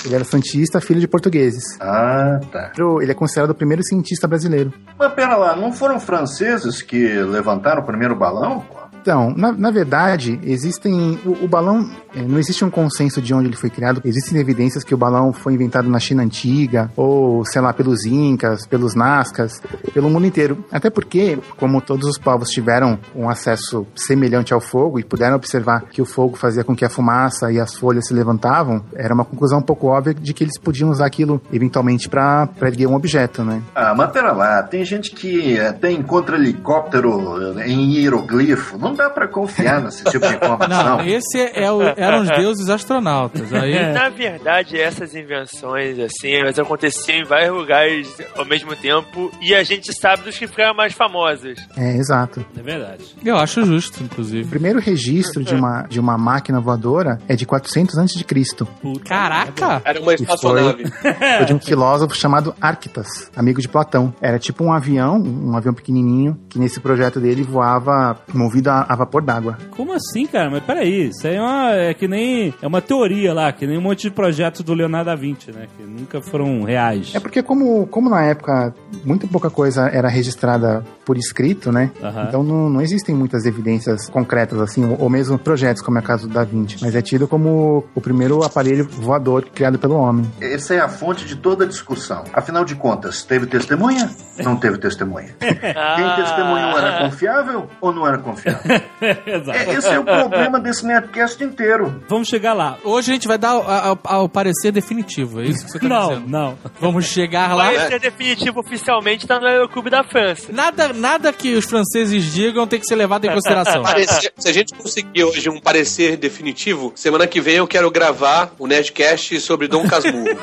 Speaker 6: Ele era santista, filho de portugueses.
Speaker 7: Ah, tá.
Speaker 6: Ele é considerado o primeiro cientista brasileiro.
Speaker 7: Mas pera lá, não foram franceses que levantaram o primeiro balão? pô?
Speaker 6: Então, na, na verdade, existem. O, o balão. eh, Não existe um consenso de onde ele foi criado. Existem evidências que o balão foi inventado na China antiga, ou, sei lá, pelos Incas, pelos Nazcas, pelo mundo inteiro. Até porque, como todos os povos tiveram um acesso semelhante ao fogo e puderam observar que o fogo fazia com que a fumaça e as folhas se levantavam, era uma conclusão um pouco óbvia de que eles podiam usar aquilo eventualmente para erguer um objeto, né?
Speaker 7: Ah, mas pera lá, tem gente que até encontra helicóptero em hieroglifo. Não dá pra confiar nesse tipo de informação.
Speaker 8: Não, esse é o, eram os deuses astronautas. Aí
Speaker 4: Na verdade, essas invenções, assim, elas aconteciam em vários lugares ao mesmo tempo e a gente sabe dos que ficaram mais famosos.
Speaker 6: É, exato.
Speaker 3: É verdade.
Speaker 8: eu acho justo,
Speaker 6: O
Speaker 8: inclusive.
Speaker 6: primeiro registro de uma, de uma máquina voadora é de 400 antes de Cristo,
Speaker 3: Puta
Speaker 8: Caraca!
Speaker 5: Era uma espaçonave.
Speaker 6: foi de um filósofo chamado Arquitas, amigo de Platão. Era tipo um avião, um avião pequenininho, que nesse projeto dele voava movido a, a vapor d'água.
Speaker 3: Como assim, cara? Mas peraí, isso aí é, uma, é que nem. É uma teoria lá, que nem um monte de projetos do Leonardo da Vinci, né? Que nunca foram reais.
Speaker 6: É porque como, como na época muito pouca coisa era registrada por escrito, né?
Speaker 3: Aham.
Speaker 6: Então não, não existem muitas evidências concretas assim, ou, ou mesmo projetos como é o caso do Da Vinci, mas é tido como o primeiro aparelho voador criado pelo homem.
Speaker 7: Essa é a fonte de toda a discussão. Afinal de contas, teve testemunha? Não teve testemunha.
Speaker 4: Ah.
Speaker 7: Quem testemunhou era confiável ou não era confiável?
Speaker 3: Exato.
Speaker 7: É, esse é o problema desse netcast inteiro.
Speaker 3: Vamos chegar lá.
Speaker 8: Hoje a gente vai dar a- a- ao parecer definitivo, é isso que você tá
Speaker 3: Não,
Speaker 8: dizendo?
Speaker 3: não.
Speaker 8: Vamos chegar lá.
Speaker 4: Esse é definitivo oficialmente tá no Aeroclube da França.
Speaker 8: Nada, nada que os franceses digam tem que ser levado em consideração.
Speaker 5: Um Parecer- se a gente conseguir hoje um parecer definitivo, semana que vem eu quero gravar o Nerdcast sobre Dom Casmurro.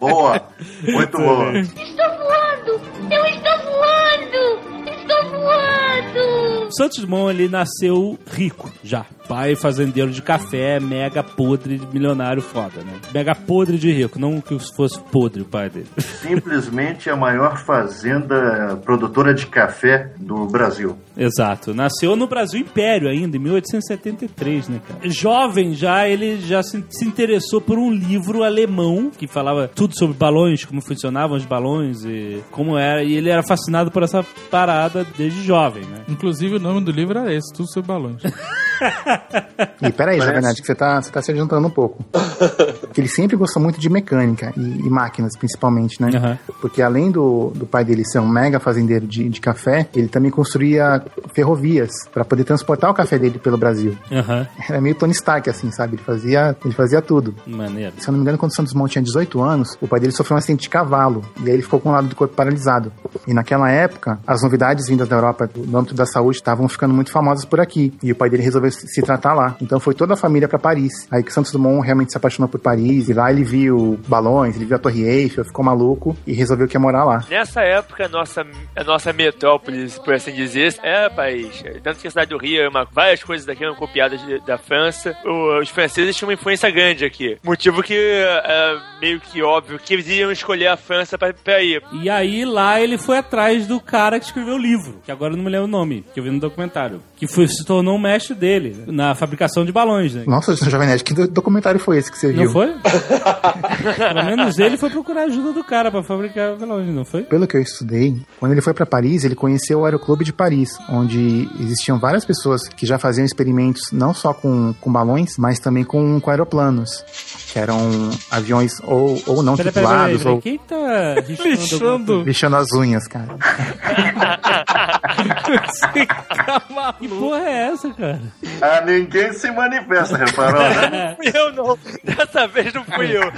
Speaker 7: Boa, muito boa.
Speaker 9: Estou voando! Eu estou voando! Estou voando!
Speaker 3: Santos Dumont, ele nasceu rico, já. Pai fazendeiro de café, mega podre, milionário foda, né? Mega podre de rico, não que fosse podre o pai dele.
Speaker 7: Simplesmente a maior fazenda produtora de café do Brasil.
Speaker 3: Exato. Nasceu no Brasil Império ainda, em 1873, né, cara? Jovem já, ele já se, se interessou por um livro alemão que falava tudo sobre balões, como funcionavam os balões e como era. E ele era fascinado por essa parada desde jovem, né?
Speaker 8: é Inclusive o nome do livro era esse, tudo sobre balões.
Speaker 6: E peraí,
Speaker 7: Parece.
Speaker 6: Jovem Nerd, que você tá, você tá se adiantando um pouco. Porque ele sempre gostou muito de mecânica e, e máquinas, principalmente, né? Porque além do, do pai dele ser um mega fazendeiro de, de café, ele também construía ferrovias para poder transportar o café dele pelo Brasil.
Speaker 3: Aham.
Speaker 6: Era meio Tony Stark, assim, sabe? Ele fazia, ele fazia tudo.
Speaker 3: Maneiro.
Speaker 6: Se eu não me engano, quando o Santos Dumont tinha 18 anos, o pai dele sofreu um acidente de cavalo. E aí ele ficou com o lado do corpo paralisado. E naquela época, as novidades vindas da Europa no âmbito da saúde estavam ficando muito famosas por aqui. E o pai dele resolveu se se tratar lá. Então foi toda a família pra Paris. Aí que o Santos Dumont realmente se apaixonou por Paris. E lá ele viu balões, ele viu a Torre Eiffel, ficou maluco e resolveu que ia morar lá.
Speaker 4: Nessa época, a nossa, a nossa metrópole, por assim dizer, é país. Tanto que a cidade do Rio, é uma, várias coisas daqui eram copiadas de- da França. O- os franceses tinham uma influência grande aqui. Motivo que é meio que óbvio que eles iam escolher a França pra, pra ir.
Speaker 3: E aí lá ele foi atrás do cara que escreveu o livro, que agora eu não me lembro o nome, que eu vi no documentário, que foi, se tornou um mestre dele né, na fabricação de balões, né?
Speaker 6: Nossa, Jovem Nerd, que do- documentário foi esse que você viu?
Speaker 3: Não foi? Pelo menos ele foi procurar a ajuda do cara pra fabricar balões, não foi?
Speaker 6: Pelo que eu estudei, quando ele foi para Paris, ele conheceu o Aeroclube de Paris, onde existiam várias pessoas que já faziam experimentos não só com, com balões, mas também com, com aeroplanos, que eram aviões ou, ou não tripulados, ou
Speaker 3: Quem tá lixando?
Speaker 8: Lixando.
Speaker 6: lixando as unhas, cara.
Speaker 8: Você tá
Speaker 3: Que
Speaker 8: maluco.
Speaker 3: porra é essa, cara?
Speaker 7: Ah, ninguém se manifesta, reparou, né?
Speaker 4: Eu não. Dessa vez não fui eu.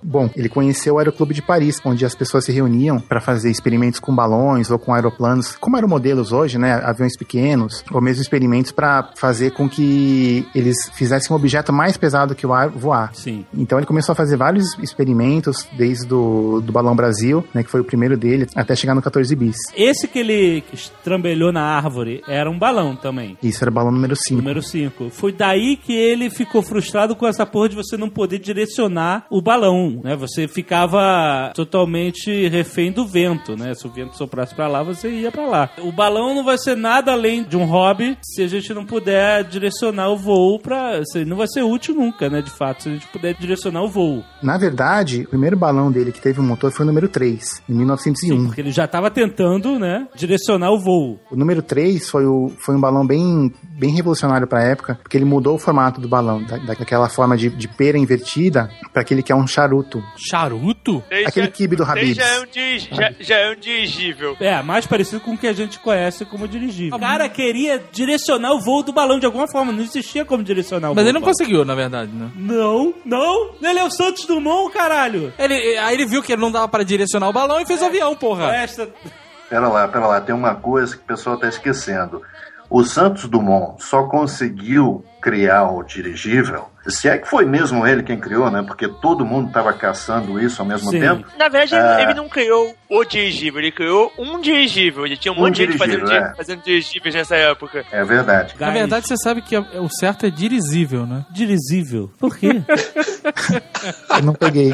Speaker 6: Bom, ele conheceu o Aeroclube de Paris, onde as pessoas se reuniam para fazer experimentos com balões ou com aeroplanos, como eram modelos hoje, né? Aviões pequenos, ou mesmo experimentos para fazer com que eles fizessem um objeto mais pesado que o ar voar.
Speaker 3: Sim.
Speaker 6: Então ele começou a fazer vários experimentos, desde do, do Balão Brasil, né, que foi o primeiro dele, até chegar no 14 bis.
Speaker 3: Esse que ele estrambelhou na árvore era um balão também.
Speaker 6: Isso era o balão número 5.
Speaker 3: Número 5. Foi daí que ele ficou frustrado com essa porra de você não poder direcionar o balão, né? Você ficava totalmente refém do vento, né? Se o vento soprasse pra lá, você ia pra lá. O balão não vai ser nada além de um hobby se a gente não puder direcionar o voo pra... assim, Não vai ser útil nunca, né? De fato, se a gente puder direcionar o voo.
Speaker 6: Na verdade, o primeiro balão dele que teve um motor foi o número 3, em 1901.
Speaker 3: Porque ele já tava tentando, né? Direcionar o voo.
Speaker 6: O número 3 foi, o, foi um balão bem, bem revolucionário para a época, porque ele mudou o formato do balão, da, daquela forma de, de pera invertida, para aquele que é um charuto.
Speaker 8: Charuto?
Speaker 6: Aquele quibe do
Speaker 4: Ele
Speaker 6: Habib's.
Speaker 4: já é um, dirigi- já, já é um dirigível.
Speaker 3: É, mais parecido com o que a gente conhece como dirigível. O cara queria direcionar o voo do balão de alguma forma, não existia como direcionar o
Speaker 8: Mas
Speaker 3: voo.
Speaker 8: ele não
Speaker 3: do balão.
Speaker 8: conseguiu, na verdade, né?
Speaker 3: Não, não, ele é o Santos Dumont, caralho.
Speaker 8: Ele, aí ele viu que não dava pra direcionar o balão e fez o avião, porra.
Speaker 3: Esta...
Speaker 7: Pera lá, pera lá, tem uma coisa que o pessoal tá esquecendo. O Santos Dumont só conseguiu criar o dirigível, se é que foi mesmo ele quem criou, né? Porque todo mundo tava caçando isso ao mesmo
Speaker 3: Sim.
Speaker 7: tempo.
Speaker 4: Na verdade, ele-
Speaker 6: É.
Speaker 7: Ah.
Speaker 4: ele não criou o dirigível, ele criou um dirigível. Ele tinha um,
Speaker 7: Um
Speaker 4: monte de gente fazendo,
Speaker 7: dirigível,
Speaker 4: di-
Speaker 7: é.
Speaker 4: fazendo dirigíveis nessa época.
Speaker 7: É verdade.
Speaker 8: Na verdade, você sabe que o certo é dirigível, né?
Speaker 3: dirigível. Por quê?
Speaker 4: um
Speaker 6: Eu não peguei.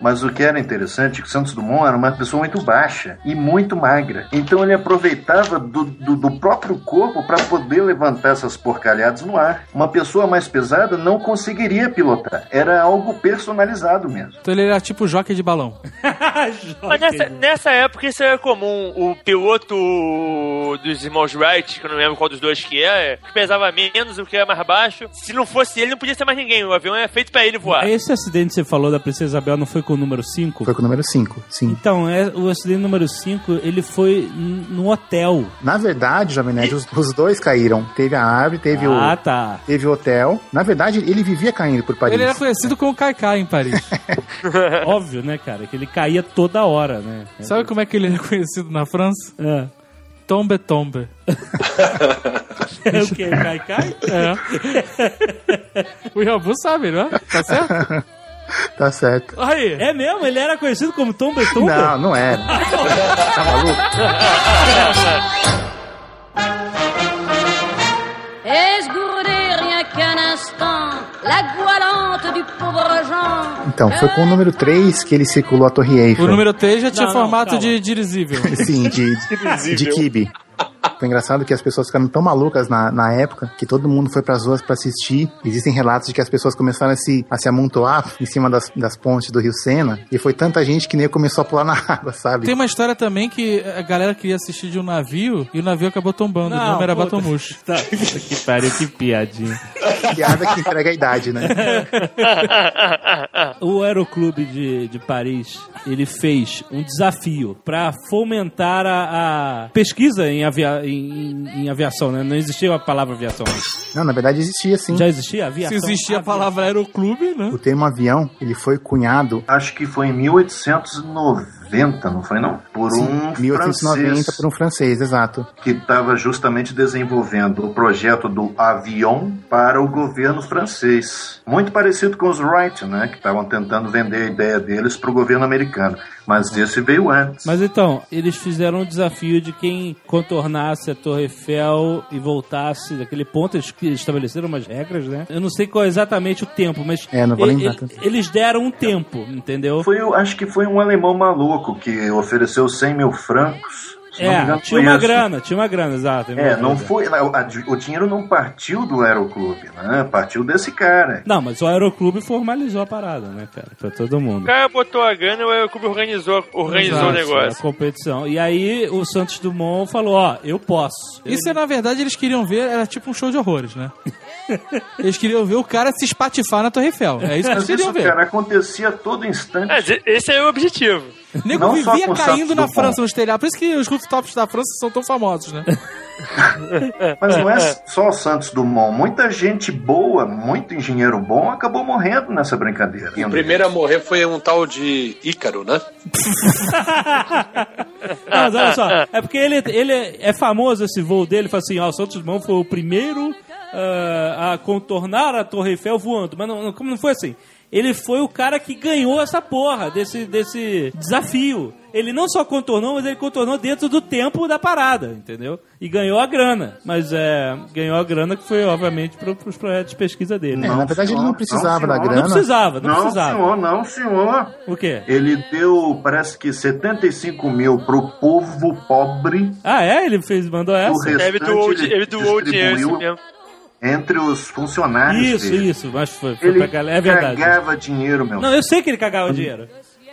Speaker 7: Mas o que era interessante é que o Santos Dumont era uma pessoa muito baixa e muito magra. Então ele aproveitava do, do, do próprio corpo para poder levantar essas porcalhadas no ar. Uma pessoa mais pesada não conseguiria pilotar. Era algo personalizado mesmo.
Speaker 8: Então ele era tipo jockey de balão.
Speaker 4: Mas nessa, nessa época isso era comum. O piloto dos irmãos Wright, que eu não lembro qual dos dois que é, que pesava menos, o que era mais baixo. Se não fosse ele, não podia ser mais ninguém. O avião é feito pra ele voar.
Speaker 3: Ah. Esse acidente que você falou da Princesa Isabel não foi com o número 5?
Speaker 6: Foi com o número 5, sim.
Speaker 3: Então, é, o acidente número 5, ele foi n- num hotel.
Speaker 6: Na verdade, Jovem Nerd, os, os dois caíram. Teve a árvore, teve
Speaker 3: Ah,
Speaker 6: o...
Speaker 3: tá.
Speaker 6: Teve o hotel. Na verdade, ele vivia caindo por Paris.
Speaker 8: Ele era conhecido como Kaikai em Paris.
Speaker 3: Óbvio, né, cara? Que ele caía toda hora, né?
Speaker 8: Sabe como é que ele era conhecido na França?
Speaker 3: É.
Speaker 8: Tombe Tombe.
Speaker 3: É o quê? Cai, cai?
Speaker 8: É. o Yabu sabe, não é? Tá certo?
Speaker 6: Tá certo.
Speaker 8: Aí.
Speaker 3: É mesmo? Ele era conhecido como Tom Betumba?
Speaker 6: Não, não era. tá maluco?
Speaker 9: Esgourdé rien qu'un instant, la voilante du pauvre Jean.
Speaker 6: Então, foi com o número 3 que ele circulou a Torre Eiffel.
Speaker 8: O número 3 já tinha
Speaker 3: Não, não,
Speaker 8: formato
Speaker 3: calma.
Speaker 8: de dirigível.
Speaker 6: Sim, de, de quibe. Foi engraçado que as pessoas ficaram tão malucas na, na época que todo mundo foi pras ruas pra assistir. Existem relatos de que as pessoas começaram a se, a se amontoar em cima das, das pontes do Rio Sena. E foi tanta gente que nem começou a pular na água, sabe?
Speaker 8: Tem uma história também que a galera queria assistir de um navio e o navio acabou tombando. o nome era
Speaker 3: puta.
Speaker 8: Batomush.
Speaker 3: Tá, puta que pariu, que piadinha.
Speaker 6: Piada que entrega a idade, né?
Speaker 3: O Aeroclube de, de Paris, ele fez um desafio pra fomentar a, a pesquisa em, avia- em- em- em aviação, né? Não existia a palavra aviação.
Speaker 6: Não, na verdade existia sim.
Speaker 3: Já existia
Speaker 8: Se
Speaker 3: aviação?
Speaker 8: existia a
Speaker 3: Avia-
Speaker 8: palavra aeroclube, né?
Speaker 6: O termo avião, ele foi cunhado
Speaker 7: Acho que foi em 1890, não foi não? Por um
Speaker 6: em 1890
Speaker 7: francês
Speaker 6: por um francês, exato.
Speaker 7: que estava justamente desenvolvendo o projeto do avião para o governo francês. Muito parecido com os Wright, né, que estavam tentando vender a ideia deles para o governo americano. Mas esse veio antes.
Speaker 3: Mas então, eles fizeram um desafio de quem contornasse a Torre Eiffel e voltasse daquele ponto, eles que estabeleceram umas regras, né? Eu não sei qual é exatamente o tempo, mas
Speaker 6: É, não vou
Speaker 3: e-
Speaker 6: lembrar
Speaker 3: e-
Speaker 6: tanto.
Speaker 3: eles deram um tempo, entendeu?
Speaker 7: Foi, eu acho que foi um alemão maluco que ofereceu 100 mil francos. se não me
Speaker 3: É,
Speaker 7: engano,
Speaker 3: tinha
Speaker 7: foi
Speaker 3: uma
Speaker 7: esse.
Speaker 3: grana, né? tinha uma grana, exato.
Speaker 7: É, não
Speaker 3: foi.
Speaker 7: foi. a- a- O dinheiro não partiu do Aeroclube, né? Partiu desse cara.
Speaker 3: Não, mas o Aeroclube formalizou a parada, né, cara? Pra todo
Speaker 4: O
Speaker 3: mundo.
Speaker 4: cara botou a grana e o Aeroclube organizou, organizou o
Speaker 8: Exato,
Speaker 3: A
Speaker 4: um negócio.
Speaker 3: competição. E aí o Santos Dumont falou, ó, eu posso.
Speaker 8: Isso, é, na verdade, eles queriam ver, era tipo um show de horrores, né? Eles queriam ver o cara se espatifar na Torre Eiffel. É isso que eles
Speaker 7: Mas isso,
Speaker 8: queriam ver.
Speaker 7: cara, acontecia a todo instante.
Speaker 4: Mas e- esse é o objetivo.
Speaker 8: O nego
Speaker 7: não só
Speaker 8: vivia
Speaker 7: com o
Speaker 8: caindo
Speaker 7: Santos
Speaker 8: na
Speaker 7: Dumont.
Speaker 8: França nos telhados. Por isso que os rooftops da França são tão famosos, né?
Speaker 7: Mas não é só o Santos Dumont. Muita gente boa, muito engenheiro bom, acabou morrendo nessa brincadeira.
Speaker 5: O primeiro a morrer foi um tal de Ícaro, né?
Speaker 3: Não, mas olha só, é porque ele, ele é famoso esse voo dele, fala assim, ó, o Santos Dumont foi o primeiro ah, a contornar a Torre Eiffel voando. Mas não, não- como não foi assim? Ele foi o cara que ganhou essa porra desse, desse desafio. Ele não só contornou, mas ele contornou dentro do tempo da parada, entendeu? E ganhou a grana. Mas é, ganhou a grana que foi, obviamente, pro, pros projetos de pesquisa dele.
Speaker 6: É,
Speaker 7: Não,
Speaker 6: na verdade ele não
Speaker 7: senhor,
Speaker 6: precisava
Speaker 7: não,
Speaker 6: da
Speaker 7: senhor.
Speaker 6: grana.
Speaker 3: Não precisava, não,
Speaker 7: Não,
Speaker 3: precisava.
Speaker 7: senhor, não, senhor.
Speaker 3: O quê?
Speaker 7: Ele deu, parece que 75 mil pro povo pobre.
Speaker 3: Ah, é? Ele fez, mandou
Speaker 7: O
Speaker 3: essa?
Speaker 7: restante
Speaker 4: assim, é, Ele doou, di- ele doou o dinheiro isso
Speaker 7: distribuiu
Speaker 4: mesmo.
Speaker 7: entre os funcionários
Speaker 3: Isso,
Speaker 7: dele.
Speaker 3: isso, mas foi, foi
Speaker 7: Ele
Speaker 3: pra galera. É verdade.
Speaker 7: cagava dinheiro, meu.
Speaker 3: Não, eu sei que ele cagava dinheiro.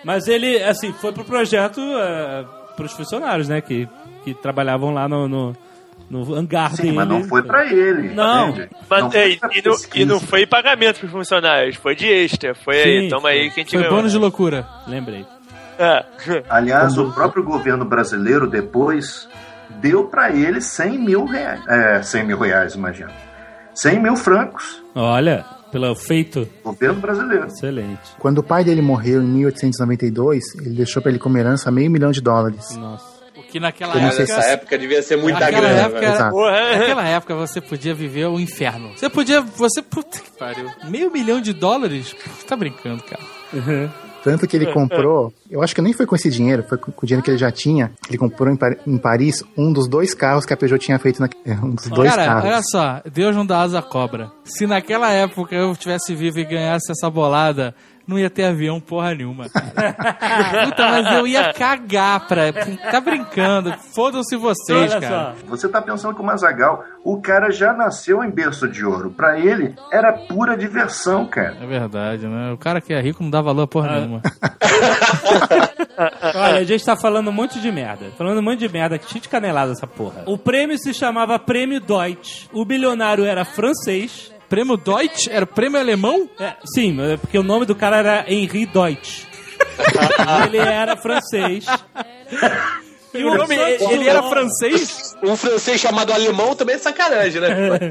Speaker 3: Mas ele, assim, foi pro projeto é, pros funcionários, né? Que, que trabalhavam lá no, no, no hangar
Speaker 7: Sim,
Speaker 3: dele.
Speaker 7: mas não foi pra ele.
Speaker 3: Não.
Speaker 7: entende?
Speaker 4: Mas,
Speaker 7: Não
Speaker 4: é,
Speaker 7: foi
Speaker 4: e,
Speaker 7: pra
Speaker 4: não, e
Speaker 7: pesquisa.
Speaker 4: não foi pagamento pros funcionários, foi de extra. Foi
Speaker 3: Sim,
Speaker 4: aí, toma aí que a gente
Speaker 8: Foi
Speaker 4: ganhou.
Speaker 8: bônus de loucura.
Speaker 3: Lembrei.
Speaker 4: É.
Speaker 7: Aliás, o próprio governo brasileiro depois deu pra ele 100 mil reais. É, 100 mil reais, imagina. 100 mil francos.
Speaker 3: Olha, pelo feito.
Speaker 7: Governo brasileiro.
Speaker 3: Excelente.
Speaker 6: Quando o pai dele morreu em 1892, ele deixou pra ele como herança meio milhão de dólares.
Speaker 3: Nossa.
Speaker 8: O que naquela
Speaker 6: Eu não sei
Speaker 5: Cara,
Speaker 6: se-
Speaker 5: essa época devia ser muita
Speaker 8: Naquela
Speaker 5: grana,
Speaker 8: época
Speaker 5: velho.
Speaker 8: era-
Speaker 6: Exato.
Speaker 4: Porra.
Speaker 8: Naquela época você podia viver o inferno. Você podia. Você. Puta que pariu. Meio milhão de dólares? Pô, tá brincando, cara.
Speaker 6: Tanto que ele comprou, eu acho que nem foi com esse dinheiro, foi com com o dinheiro que ele já tinha. Ele comprou em, Pari- em Paris um dos dois carros que a Peugeot tinha feito na, é, um dos dois
Speaker 8: cara,
Speaker 6: carros.
Speaker 3: assim
Speaker 8: olha só, Deus não dá asa à cobra. Se naquela época eu tivesse vivo e ganhasse essa bolada, não ia ter avião porra nenhuma. cara. Puta, mas eu ia cagar pra. Tá brincando. Fodam-se vocês,
Speaker 3: Olha
Speaker 8: cara.
Speaker 3: só.
Speaker 7: Você tá pensando que o Mazagal, o cara já nasceu em berço de ouro. Pra ele, era pura diversão, cara.
Speaker 8: É verdade, né? O cara que é rico não dá valor a porra nenhuma.
Speaker 3: Olha, a gente tá falando um monte de merda. Falando um monte de merda, que cheio de canelada essa porra. O prêmio se chamava Prêmio Deutsch. O bilionário era francês.
Speaker 8: Prêmio Deutsch? Era prêmio alemão?
Speaker 3: É, sim, mas é porque o nome do cara era Henri Deutsch. ele era francês. E o
Speaker 8: Nome-
Speaker 3: Santos
Speaker 8: ele era
Speaker 3: Dumont-
Speaker 8: francês?
Speaker 5: Um francês chamado alemão também é sacanagem, né?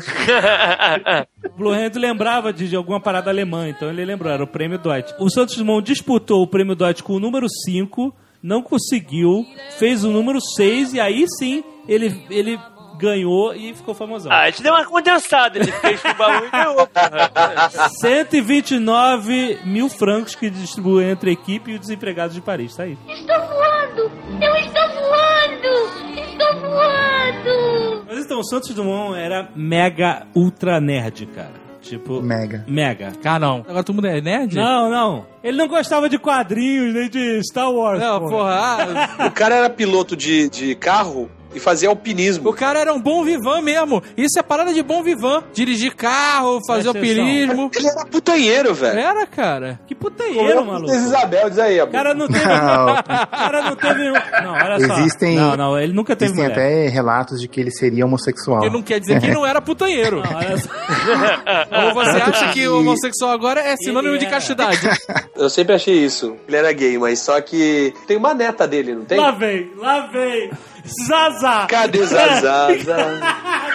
Speaker 3: Blue Hand lembrava de, de alguma parada alemã, então ele lembrou, era o prêmio Deutsch. O Santos Dumont disputou o prêmio Deutsch com o número 5, não conseguiu, fez o número 6 e aí sim ele, ele ganhou e ficou famosão.
Speaker 4: Ah, a gente deu uma condensada, ele fez com o baú e ganhou. porra.
Speaker 8: é
Speaker 3: 129 mil francos que distribui entre a equipe e os desempregados de Paris, tá aí.
Speaker 9: Estou voando! Eu estou voando! Estou voando!
Speaker 3: Mas então, o Santos Dumont era mega ultra nerd, cara. Tipo,
Speaker 6: Mega.
Speaker 3: mega.
Speaker 8: Ah, não. Agora todo mundo é nerd?
Speaker 3: Não, não. Ele não gostava de quadrinhos nem de Star Wars.
Speaker 8: Não,
Speaker 3: porra.
Speaker 8: porra. ah,
Speaker 5: O cara era piloto de, de carro e fazia alpinismo.
Speaker 8: O cara era um bom vivan mesmo. Isso é parada de bom vivan. Dirigir carro, fazer
Speaker 3: Presta atenção.
Speaker 8: alpinismo.
Speaker 5: Ele era putanheiro, velho.
Speaker 8: Era, cara.
Speaker 3: Que puteiro, maluco.
Speaker 5: Princesa Isabel, diz aí,
Speaker 3: O
Speaker 5: amor.
Speaker 3: cara não teve.
Speaker 6: Não.
Speaker 3: O cara não teve. um- Não, olha só.
Speaker 6: Existem-
Speaker 3: Não, não, ele nunca teve
Speaker 6: Existem
Speaker 3: mulher.
Speaker 6: até relatos de que ele seria homossexual.
Speaker 8: Que não quer dizer que não era putanheiro.
Speaker 3: Não, olha só.
Speaker 8: Ou você acha que o homossexual agora é sinônimo
Speaker 3: Ele
Speaker 8: de
Speaker 3: é.
Speaker 8: castidade?
Speaker 5: Eu sempre achei isso. Ele era gay, mas só que tem uma neta dele, não tem?
Speaker 3: Lá vem, lá vem. Zaza.
Speaker 5: Cadê Zazá? Zazá?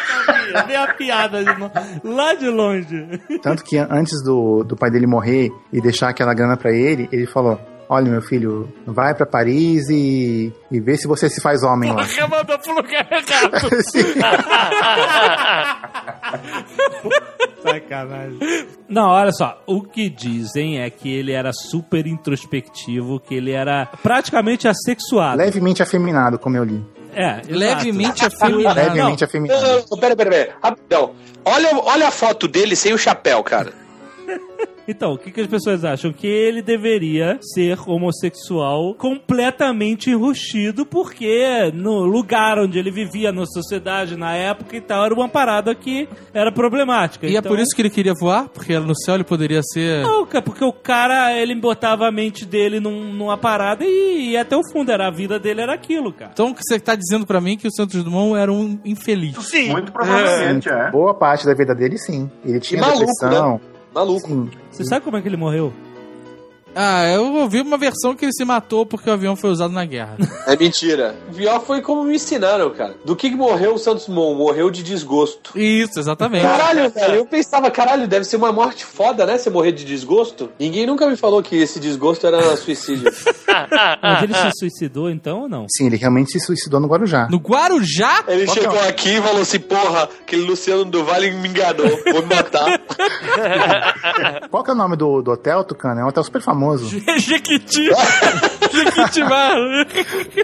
Speaker 3: Sabia, Veio a piada de no- lá de longe.
Speaker 6: Tanto que antes do, do pai dele morrer e deixar aquela grana pra ele, ele falou: Olha, meu filho, vai pra Paris e, e vê se você se faz homem lá.
Speaker 4: Porra, mandou pro lugar errado.
Speaker 3: Ah, Sacanagem. Não, olha só. O que dizem é que ele era super introspectivo, que ele era praticamente assexuado.
Speaker 6: Levemente afeminado, como eu li.
Speaker 3: É, exato.
Speaker 8: Levemente
Speaker 3: Ah,
Speaker 8: afeminado.
Speaker 6: Levemente
Speaker 5: Não,
Speaker 6: afeminado.
Speaker 5: não, não, pera, pera, pera. Rapidão. Olha, olha a foto dele sem o chapéu, cara.
Speaker 3: Então, o que, que as pessoas acham? Que ele deveria ser homossexual completamente enrustido, porque no lugar onde ele vivia, na sociedade, na época e tal, era uma parada que era problemática.
Speaker 8: E é
Speaker 3: Então-
Speaker 8: por isso que ele queria voar? Porque no céu ele poderia ser.
Speaker 3: Não, cara, porque o cara, ele botava a mente dele num- numa parada e ia até o fundo. Era, a vida dele era aquilo, cara.
Speaker 8: Então você tá dizendo pra mim que o Santos Dumont era um infeliz.
Speaker 4: Sim.
Speaker 7: Muito provavelmente, é.
Speaker 6: Boa parte da vida dele, sim. Ele tinha
Speaker 5: maluco,
Speaker 6: depressão.
Speaker 5: Maluco.
Speaker 6: Sim.
Speaker 3: Você sabe como é que ele morreu?
Speaker 8: Ah, eu ouvi uma versão que ele se matou porque o avião foi usado na guerra.
Speaker 5: É mentira. O pior foi como me ensinaram, cara. Do que, que morreu o Santos Dumont? Morreu de desgosto.
Speaker 8: Isso, exatamente.
Speaker 5: Caralho, velho. Eu pensava, caralho, deve ser uma morte foda, né? Você morrer de desgosto. Ninguém nunca me falou que esse desgosto era suicídio.
Speaker 8: Ah,
Speaker 3: Mas ele se suicidou, então, ou não?
Speaker 6: Sim, ele realmente se suicidou no Guarujá.
Speaker 8: No Guarujá?
Speaker 5: Ele chegou aqui e falou assim: porra, aquele Luciano do Vale me enganou. Vou me matar.
Speaker 6: Qual que é o nome do, do hotel, Tucano? É um hotel super famoso.
Speaker 8: Jequiti! Jequitibá!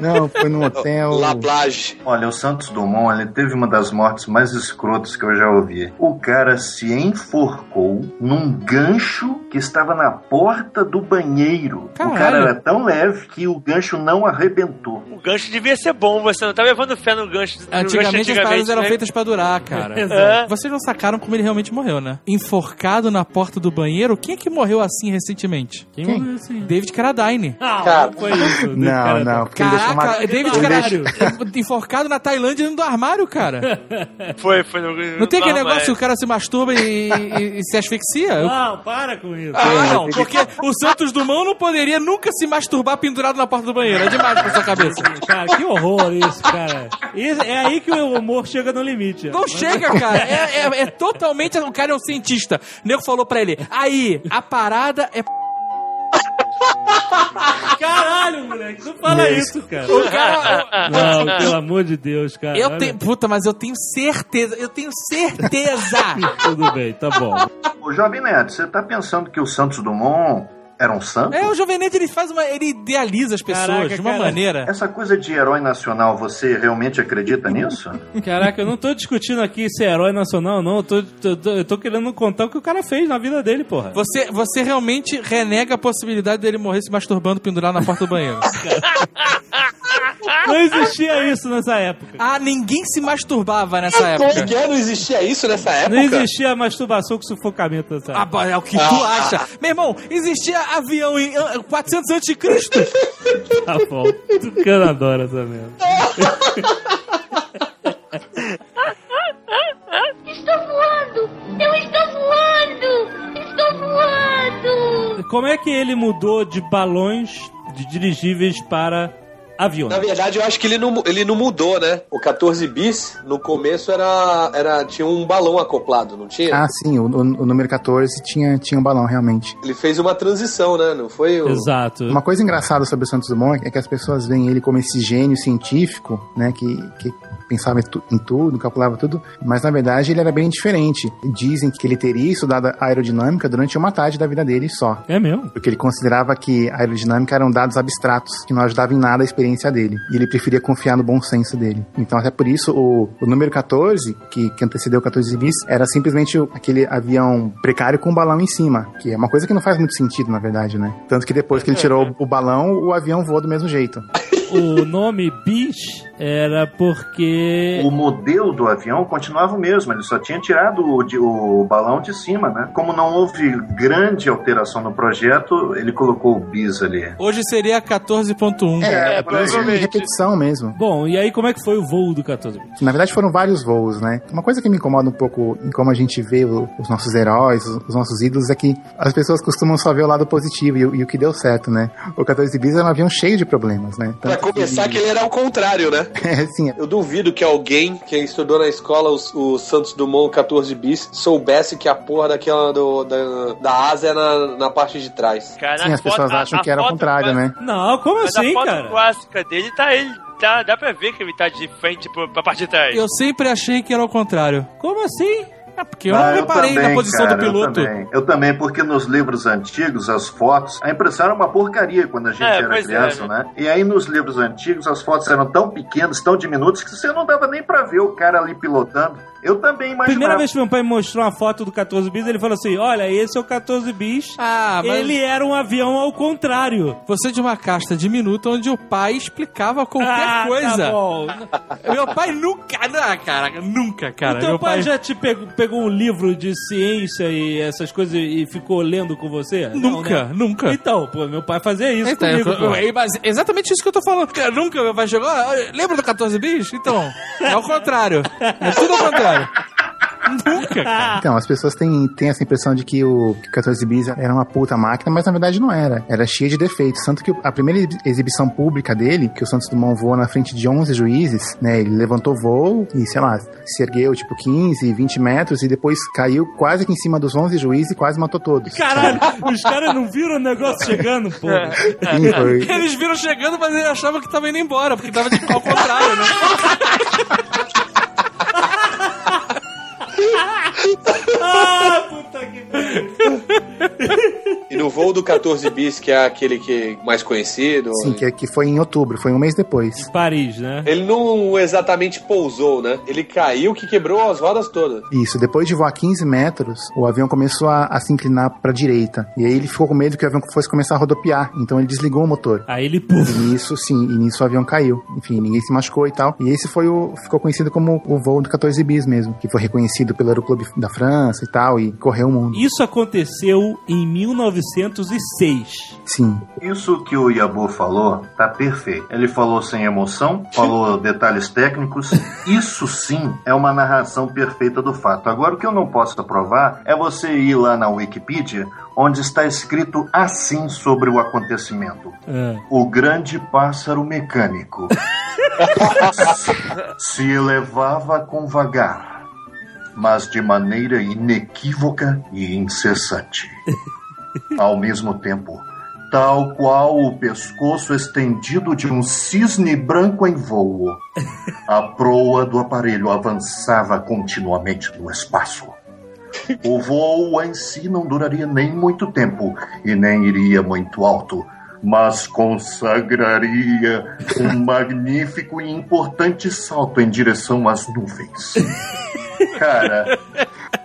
Speaker 6: Não, foi num hotel.
Speaker 5: La Plage.
Speaker 7: Olha, o Santos Dumont ele teve uma das mortes mais escrotas que eu já ouvi. O cara se enforcou num gancho que estava na porta do banheiro.
Speaker 8: Caralho.
Speaker 7: O cara era tão leve que o gancho não arrebentou.
Speaker 4: O gancho devia ser bom, você não tá levando fé no gancho. no gancho
Speaker 8: Antigamente as paradas eram
Speaker 4: né?
Speaker 8: feitas pra durar, cara.
Speaker 4: Exato.
Speaker 8: Vocês não sacaram como ele realmente morreu, né? Enforcado na porta do banheiro? Quem é que morreu assim recentemente?
Speaker 3: Quem
Speaker 6: Quem?
Speaker 3: morreu assim?
Speaker 8: David Carradine.
Speaker 3: Ah,
Speaker 5: Cara.
Speaker 3: não foi isso. né,
Speaker 6: Não,
Speaker 3: cara?
Speaker 6: não. porque ele deixou uma-
Speaker 8: Caraca, é David
Speaker 6: ele
Speaker 8: Carradine. Enforcado na Tailândia dentro do armário, cara.
Speaker 4: É, Foi, foi no.
Speaker 8: Não tem aquele negócio que
Speaker 4: mas-
Speaker 8: o cara se masturba e, e- e se asfixia? Eu-
Speaker 3: Não, para com isso.
Speaker 8: Ah, não, porque o Santos Dumont não poderia nunca se masturbar pendurado na porta do banheiro. É demais pra sua cabeça.
Speaker 3: Cara, que horror isso, cara. Isso- é aí que o humor chega no limite.
Speaker 8: Não chega, cara. É, é- é totalmente. O cara é um cientista. O nego falou pra ele: aí, a parada é. p****."
Speaker 3: Caralho, moleque, não fala isso, cara.
Speaker 8: O
Speaker 4: Ah,
Speaker 8: cara.
Speaker 3: Não, pelo amor de Deus, cara.
Speaker 8: Eu
Speaker 3: Olha,
Speaker 8: tenho. Puta, mas eu tenho certeza. Eu tenho certeza.
Speaker 3: Tudo bem, tá bom.
Speaker 7: Ô, Jovem Neto, você tá pensando que o Santos Dumont era um santo?
Speaker 8: É, o Jovem Nerd, ele faz uma. Ele idealiza as pessoas
Speaker 3: Caraca,
Speaker 8: de uma
Speaker 3: cara.
Speaker 8: maneira.
Speaker 7: Essa coisa de herói nacional, você realmente acredita nisso?
Speaker 3: Caraca, eu não tô discutindo aqui se é herói nacional ou não. Eu tô, tô- tô- eu tô querendo contar o que o cara fez na vida dele, porra.
Speaker 8: Você, você realmente renega a possibilidade dele morrer se masturbando pendurado na porta do banheiro.
Speaker 3: Não existia isso nessa época.
Speaker 8: ah, ninguém se masturbava nessa época.
Speaker 5: Como que é? Não existia isso nessa época?
Speaker 3: Não existia masturbação com sufocamento nessa
Speaker 8: Ah,
Speaker 3: época.
Speaker 8: ba- é o que tu acha. Meu irmão, existia avião em ah, 400 antes de Cristo.
Speaker 3: Tá bom. Tucano adora essa merda.
Speaker 9: Estou voando! Eu estou voando! Estou voando!
Speaker 3: Como é que ele mudou de balões de dirigíveis para aviões?
Speaker 5: Na verdade, eu acho que ele não, ele não mudou, né? O 14 bis, no começo, era, era tinha um balão acoplado, não tinha?
Speaker 6: Ah, sim, o, o- o número 14 tinha, tinha um balão, realmente.
Speaker 5: Ele fez uma transição, né? Não foi o...
Speaker 3: Exato.
Speaker 6: Uma coisa engraçada sobre o Santos Dumont é que as pessoas veem ele como esse gênio científico, né, que, que pensava em, tu- em tudo, calculava tudo, mas na verdade ele era bem diferente. Dizem que ele teria estudado aerodinâmica durante uma tarde da vida dele só.
Speaker 3: É mesmo.
Speaker 6: Porque ele considerava que a aerodinâmica eram dados abstratos, que não ajudavam em nada a experiência dele. E ele preferia confiar no bom senso dele. Então, até por isso, o, o número 14, que, que antecedeu o 14 bis, era simplesmente o- aquele avião precário com um balão em cima. Que é uma coisa que não faz muito sentido, na verdade, né? Tanto que depois que ele tirou o, o balão, o avião voa do mesmo jeito.
Speaker 3: O nome Bis era porque.
Speaker 7: O modelo do avião continuava o mesmo, ele só tinha tirado o, de- o balão de cima, né? Como não houve grande alteração no projeto, ele colocou o bis ali.
Speaker 8: Hoje seria 14.1.
Speaker 4: É,
Speaker 7: por aí.
Speaker 4: provavelmente.
Speaker 6: repetição mesmo.
Speaker 3: Bom, e aí como é que foi o voo do 14?
Speaker 6: Na verdade, foram vários voos, né? Uma coisa que me incomoda um pouco em como a gente vê o- os nossos heróis, os os nossos ídolos, é que as pessoas costumam só ver o lado positivo e, o- e o que deu certo, né? O 14 Bis era um avião cheio de problemas, né?
Speaker 5: Pra
Speaker 6: Tanto
Speaker 5: começar, que ele era ao contrário, né?
Speaker 6: que... É, assim,
Speaker 5: Eu duvido que alguém que estudou na escola os- o, Santos Dumont 14 bis soubesse que a porra daquela do- da, da asa é na, na parte de trás.
Speaker 4: ah, Cara,
Speaker 6: assim,
Speaker 4: na
Speaker 6: as pessoas
Speaker 4: foto- a-
Speaker 6: acham
Speaker 4: a
Speaker 6: que era o
Speaker 4: foto
Speaker 6: contrário,
Speaker 4: clássica-
Speaker 6: né?
Speaker 3: Não, como
Speaker 4: Mas
Speaker 3: assim,
Speaker 4: a foto
Speaker 3: cara?
Speaker 4: clássica dele tá ele. Tá, dá pra ver que ele tá de frente pro, pra parte de trás.
Speaker 8: Eu sempre achei que era o contrário.
Speaker 3: Como assim?
Speaker 8: É porque eu
Speaker 7: Ah,
Speaker 8: não reparei na posição
Speaker 7: cara,
Speaker 8: do piloto.
Speaker 7: Eu também. Eu também, porque nos livros antigos, as fotos, a impressão era uma porcaria quando a gente
Speaker 4: É,
Speaker 7: era
Speaker 4: pois é,
Speaker 7: criança, né? E aí nos livros antigos, as fotos eram tão pequenas, tão diminutas, que você não dava nem pra ver o cara ali pilotando. Eu também imaginava.
Speaker 3: Primeira vez que meu pai me mostrou uma foto do 14 bis, ele falou assim: Olha, esse é o 14 bis.
Speaker 8: Ah, mas
Speaker 3: Ele era um avião ao contrário.
Speaker 8: você é de uma casta diminuta onde o pai explicava qualquer
Speaker 3: Ah, Tá
Speaker 8: coisa.
Speaker 3: bom.
Speaker 8: Meu pai nunca. Não, cara, nunca,
Speaker 3: Então,
Speaker 8: cara.
Speaker 3: o teu
Speaker 8: Meu
Speaker 3: pai,
Speaker 8: pai,
Speaker 3: já é te pegou, pegou um livro de ciência e essas coisas e ficou lendo com você? Não,
Speaker 8: Nunca,
Speaker 3: né?
Speaker 8: nunca.
Speaker 3: Então, pô, meu pai fazia isso
Speaker 8: Então,
Speaker 3: comigo.
Speaker 8: eu-
Speaker 3: pô.
Speaker 8: eu- mas é exatamente isso que eu tô falando. Cara, nunca meu pai chegou. "Ah, Lembra do 14 bis? Então, é o contrário. É tudo ao contrário. Nunca, cara.
Speaker 6: Então, as pessoas têm, têm essa impressão de que o 14 Bis era uma puta máquina, mas na verdade não era. Era cheia de defeitos. Tanto que a primeira exibi- exibição pública dele, que o Santos Dumont voou na frente de 11 juízes, né? Ele levantou voo e, sei lá, se ergueu tipo 15, 20 metros e depois caiu quase que em cima dos 11 juízes e quase matou todos.
Speaker 3: Caralho, os caras não viram o negócio chegando, pô.
Speaker 6: Sim, foi.
Speaker 8: Eles viram chegando, mas eles achavam que tava indo embora, porque tava
Speaker 3: tipo,
Speaker 8: de- ao contrário, né?
Speaker 3: Ah, puta que pariu.
Speaker 5: E no voo do 14 bis, que é aquele que mais conhecido,
Speaker 6: Sim, que, que foi em outubro, foi um mês depois.
Speaker 3: Paris, né?
Speaker 5: ele não exatamente pousou, né? Ele caiu que quebrou as rodas todas.
Speaker 6: Isso, depois de voar 15 metros, o avião começou a, a se inclinar pra direita. E aí ele ficou com medo que o avião fosse começar a rodopiar, então ele desligou o motor.
Speaker 3: Aí ele, puf.
Speaker 6: E nisso, sim, e nisso o avião caiu. Enfim, ninguém se machucou e tal. E esse foi o. ficou conhecido como o voo do 14 bis mesmo, que foi reconhecido pelo Aeroclube da França e tal, e correu o mundo.
Speaker 3: Isso aconteceu em 1906.
Speaker 6: Sim.
Speaker 7: Isso que o Yabu falou tá perfeito. Ele falou sem emoção, falou detalhes técnicos. Isso sim é uma narração perfeita do fato. Agora, o que eu não posso aprovar é você ir lá na Wikipedia, onde está escrito assim sobre o acontecimento:
Speaker 3: Ah.
Speaker 7: O grande pássaro mecânico se elevava com vagar, mas de maneira inequívoca e incessante. Ao mesmo tempo, tal qual o pescoço estendido de um cisne branco em voo, a proa do aparelho avançava continuamente no espaço. O voo em si não duraria nem muito tempo e nem iria muito alto, mas consagraria um magnífico e importante salto em direção às nuvens. Cara,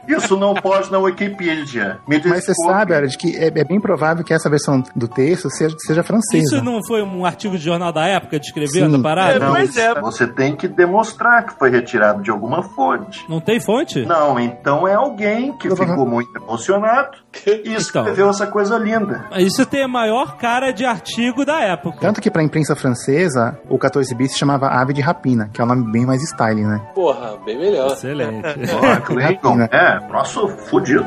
Speaker 7: isso não pode na Wikipedia. Me
Speaker 6: Mas você
Speaker 7: desculpe.
Speaker 6: sabe, Arad, que é, é bem provável que essa versão do texto seja, seja francesa.
Speaker 3: Isso não foi um artigo de jornal da época descrevendo
Speaker 6: né? Sim.
Speaker 3: a parada?
Speaker 4: É,
Speaker 7: Não,
Speaker 4: pois é.
Speaker 7: Você tem que demonstrar que foi retirado de alguma fonte.
Speaker 3: Não tem fonte?
Speaker 7: Não, então é alguém que ficou muito emocionado e escreveu essa coisa linda.
Speaker 3: Isso tem a maior cara de artigo da época.
Speaker 6: Tanto que pra imprensa francesa, o 14 bis se chamava Ave de Rapina, que é um nome bem mais styling, né?
Speaker 5: Porra, bem melhor.
Speaker 3: Excelente.
Speaker 4: Então.
Speaker 7: Ó, Clayton, é, nosso fudido.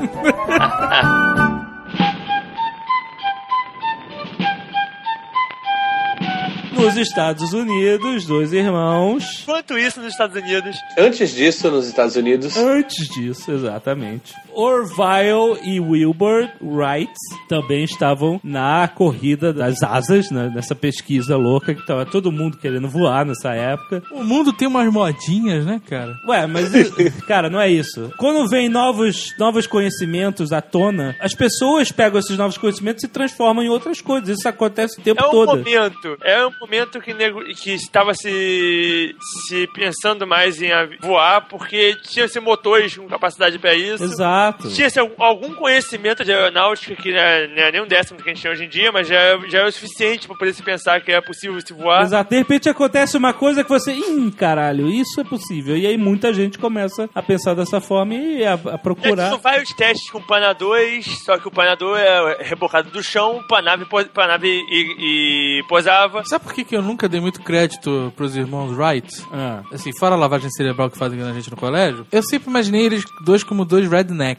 Speaker 3: Nos Estados Unidos, dois irmãos.
Speaker 4: Enquanto isso, nos Estados Unidos,
Speaker 5: Antes disso, nos Estados Unidos,
Speaker 3: Antes disso, exatamente. Orville e Wilbur Wright também estavam na corrida das asas, né, nessa pesquisa louca que tava todo mundo querendo voar nessa época.
Speaker 8: O mundo tem umas modinhas, né, cara?
Speaker 3: Ué, mas, i- cara, não é isso. Quando vem novos, novos conhecimentos à tona, as pessoas pegam esses novos conhecimentos e transformam em outras coisas. Isso acontece o tempo
Speaker 4: é um
Speaker 3: todo.
Speaker 4: momento. É um momento que, nego- que estava se, se pensando mais em avi- voar, porque tinha-se motores com capacidade para isso.
Speaker 3: Exato.
Speaker 4: Tinha-se algum- algum conhecimento de aeronáutica, que não é, não é nem um décimo do que a gente tem hoje em dia, mas já, é- já é o suficiente para poder se pensar que é possível se voar.
Speaker 3: Exato. De repente acontece uma coisa que você. Ih, caralho, isso é possível. E aí muita gente começa a pensar dessa forma e a, a
Speaker 4: É, São
Speaker 3: procurar.
Speaker 4: vários testes com o Pana 2, só que o Pana 2 é rebocado do chão, pra nave, po- pra nave e, e posava.
Speaker 8: Sabe por que, que eu nunca dei muito crédito pros irmãos Wright?
Speaker 3: Ah.
Speaker 8: Assim, fora a lavagem cerebral que fazem na gente no colégio, eu sempre imaginei eles dois como dois rednecks.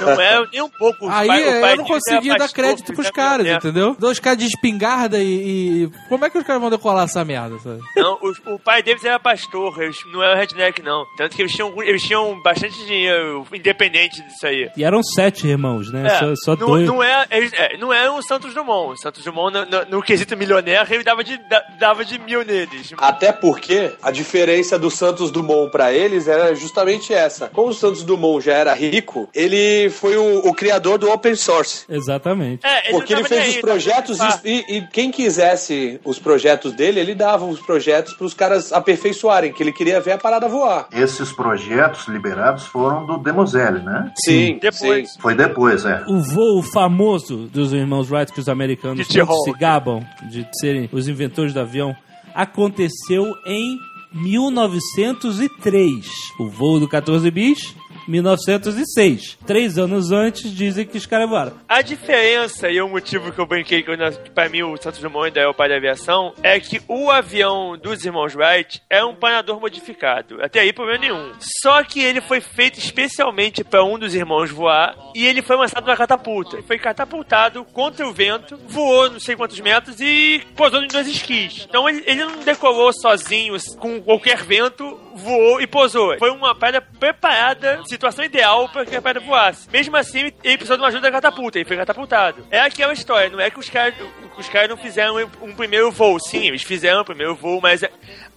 Speaker 4: Não é nem um pouco. o
Speaker 8: Aí é,
Speaker 4: pai- o pai
Speaker 8: eu não
Speaker 4: dele
Speaker 8: conseguia
Speaker 4: era
Speaker 8: dar
Speaker 4: pastor,
Speaker 8: crédito pros
Speaker 4: né?
Speaker 8: caras,
Speaker 4: É.
Speaker 8: entendeu? Dois caras de espingarda e, e- Como é que os caras vão decolar essa merda, sabe?
Speaker 4: Não, o, o pai deles era pastor, eles não era redneck, não. Tanto que eles tinham, eles tinham bastante dinheiro, independente disso aí.
Speaker 3: E eram sete irmãos, né?
Speaker 4: É,
Speaker 3: só só
Speaker 4: não,
Speaker 3: dois.
Speaker 4: Não é, eles- é, não é um Santos Dumont. O Santos Dumont, no, no- no quesito milionário, ele dava de, da- dava de mil neles.
Speaker 5: Até porque a diferença do Santos Dumont pra eles era justamente essa. Como o Santos Dumont já era rico, ele foi o, o criador do open source.
Speaker 3: Exatamente.
Speaker 4: É, não
Speaker 5: Porque ele
Speaker 4: tava nem
Speaker 5: fez os
Speaker 4: aí, Ah,
Speaker 5: projetos
Speaker 4: tava-
Speaker 5: e, e- e quem quisesse os projetos dele, ele dava os projetos pros caras aperfeiçoarem, que ele queria ver a parada voar.
Speaker 7: Esses projetos liberados foram do Demoselle, né?
Speaker 5: Sim,
Speaker 4: Depois.
Speaker 5: sim.
Speaker 7: Foi depois, é.
Speaker 3: O voo famoso dos irmãos Wright, que os americanos
Speaker 4: De
Speaker 3: tanto se
Speaker 4: Tyrol.
Speaker 3: gabam de serem os inventores do avião, né? aconteceu em 1903. O voo do 14 bis, 1906. Três anos antes, dizem que os caras voaram.
Speaker 4: A diferença e o motivo que eu brinquei que eu, nas- que pra mim o Santos Dumont ainda é o pai da aviação é que o avião dos irmãos Wright é um planador modificado. Até aí problema nenhum. Só que ele foi feito especialmente pra um dos irmãos voar e ele foi lançado na catapulta. Ele foi catapultado contra o vento, voou não sei quantos metros e pousou em dois esquis. Então ele, ele não decolou sozinho com qualquer vento voou e pousou. Foi uma pedra preparada, situação ideal para que a pedra voasse. Mesmo assim, ele precisou de uma ajuda da catapulta, ele foi catapultado. É aquela história, não é que os caras que os caras não fizeram um primeiro voo. Sim, eles fizeram o primeiro voo, mas é-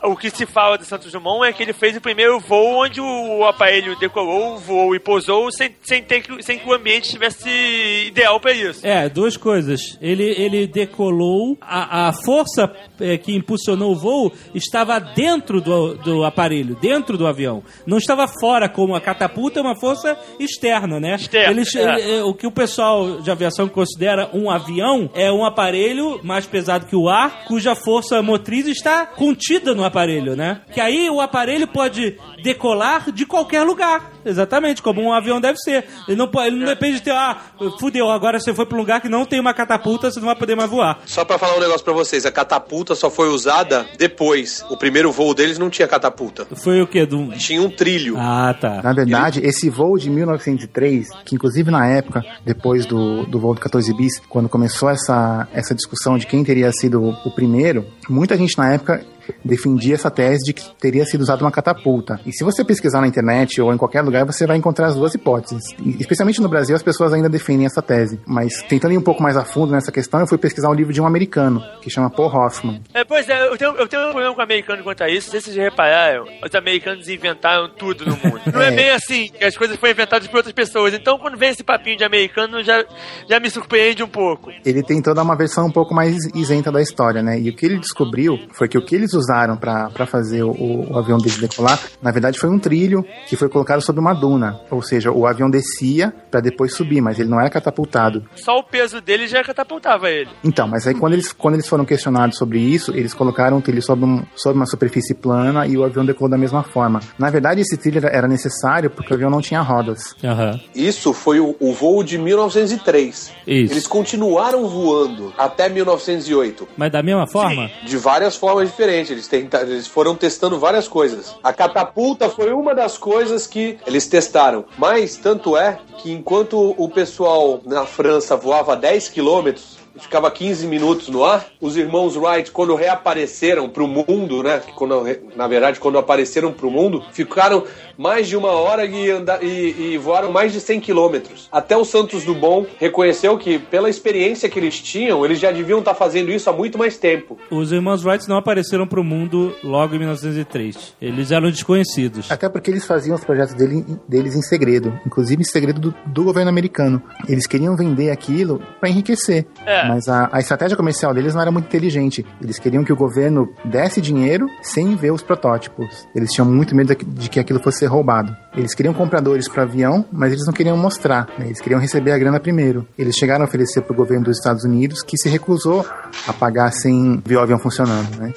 Speaker 4: o que se fala do Santos Dumont é que ele fez o primeiro voo onde o aparelho decolou, voou e pousou sem, sem, ter que, sem que o ambiente estivesse ideal para isso.
Speaker 3: É, duas coisas. Ele, ele decolou, a, a força eh, que impulsionou o voo estava dentro do, do aparelho, dentro do avião. Não estava fora, como a catapulta é uma força externa, né?
Speaker 4: Externa,
Speaker 3: Eles-
Speaker 4: é.
Speaker 3: ele- eh, o que o pessoal de aviação considera um avião é um aparelho mais pesado que o ar, cuja força motriz está contida no aparelho, né? Que aí o aparelho pode decolar de qualquer lugar. Exatamente, como um avião deve ser. Ele não, po- ele não depende de ter, ah, fudeu, agora você foi pra um lugar que não tem uma catapulta, você não vai poder mais voar.
Speaker 5: Só pra falar um negócio pra vocês, a catapulta só foi usada depois. O primeiro voo deles não tinha catapulta.
Speaker 3: Foi o quê? Do...
Speaker 5: Tinha um trilho.
Speaker 3: Ah, tá.
Speaker 6: Na verdade, esse voo de 1903, que inclusive na época, depois do, do voo do 14 bis, quando começou essa, essa discussão de quem teria sido o primeiro, muita gente na época defendia essa tese de que teria sido usada uma catapulta. E se você pesquisar na internet ou em qualquer lugar, você vai encontrar as duas hipóteses. E, especialmente no Brasil, as pessoas ainda defendem essa tese. Mas tentando ir um pouco mais a fundo nessa questão, eu fui pesquisar um livro de um americano, que chama Paul Hoffman.
Speaker 4: É, pois é, eu tenho, eu tenho um problema com o americano quanto a isso. Não sei se vocês repararam, os americanos inventaram tudo no mundo. Não é
Speaker 6: É.
Speaker 4: bem assim, que as coisas foram inventadas por outras pessoas. Então, quando vem esse papinho de americano, já, já me surpreende um pouco.
Speaker 6: ele tentou dar uma versão um pouco mais isenta da história, né? E o que ele descobriu foi que o que eles usaram pra pra fazer o, o avião deles decolar, na verdade foi um trilho que foi colocado sobre uma duna. Ou seja, o avião descia pra depois subir, mas ele não era catapultado.
Speaker 4: Só o peso dele já catapultava ele.
Speaker 6: Então, mas aí quando eles, quando eles foram questionados sobre isso, eles colocaram o trilho sobre, um- sobre uma superfície plana e o avião decolou da mesma forma. Na verdade, esse trilho era- era necessário porque o avião não tinha rodas.
Speaker 3: Aham.
Speaker 5: Isso foi o, o voo de 1903.
Speaker 3: Isso.
Speaker 5: Eles continuaram voando até 1908.
Speaker 3: Mas da mesma forma?
Speaker 5: De várias formas diferentes, eles, tenta- eles foram testando várias coisas. A catapulta foi uma das coisas que eles testaram. Mas tanto é que enquanto o pessoal na França voava 10 quilômetros, e ficava 15 minutos no ar, os irmãos Wright, quando reapareceram pro mundo, né? que Quando, re- na verdade, quando apareceram pro mundo, ficaram mais de uma hora e, anda- e- e voaram mais de 100 quilômetros. Até o Santos Dumont reconheceu que, pela experiência que eles tinham, eles já deviam estar fazendo isso há muito mais tempo.
Speaker 3: Os irmãos Wright não apareceram pro mundo logo em 1903. Eles eram desconhecidos.
Speaker 6: Até porque eles faziam os projetos dele- deles em segredo, inclusive em segredo do, do governo americano. Eles queriam vender aquilo para enriquecer,
Speaker 4: É,
Speaker 6: Mas a, a estratégia comercial deles não era muito inteligente. Eles queriam que o governo desse dinheiro sem ver os protótipos. Eles tinham muito medo daqui- de que aquilo fosse ser roubado. Eles queriam compradores para avião, mas eles não queriam mostrar. né? Eles queriam receber a grana primeiro. Eles chegaram a oferecer para o governo dos Estados Unidos, que se recusou a pagar sem ver o avião funcionando. Né?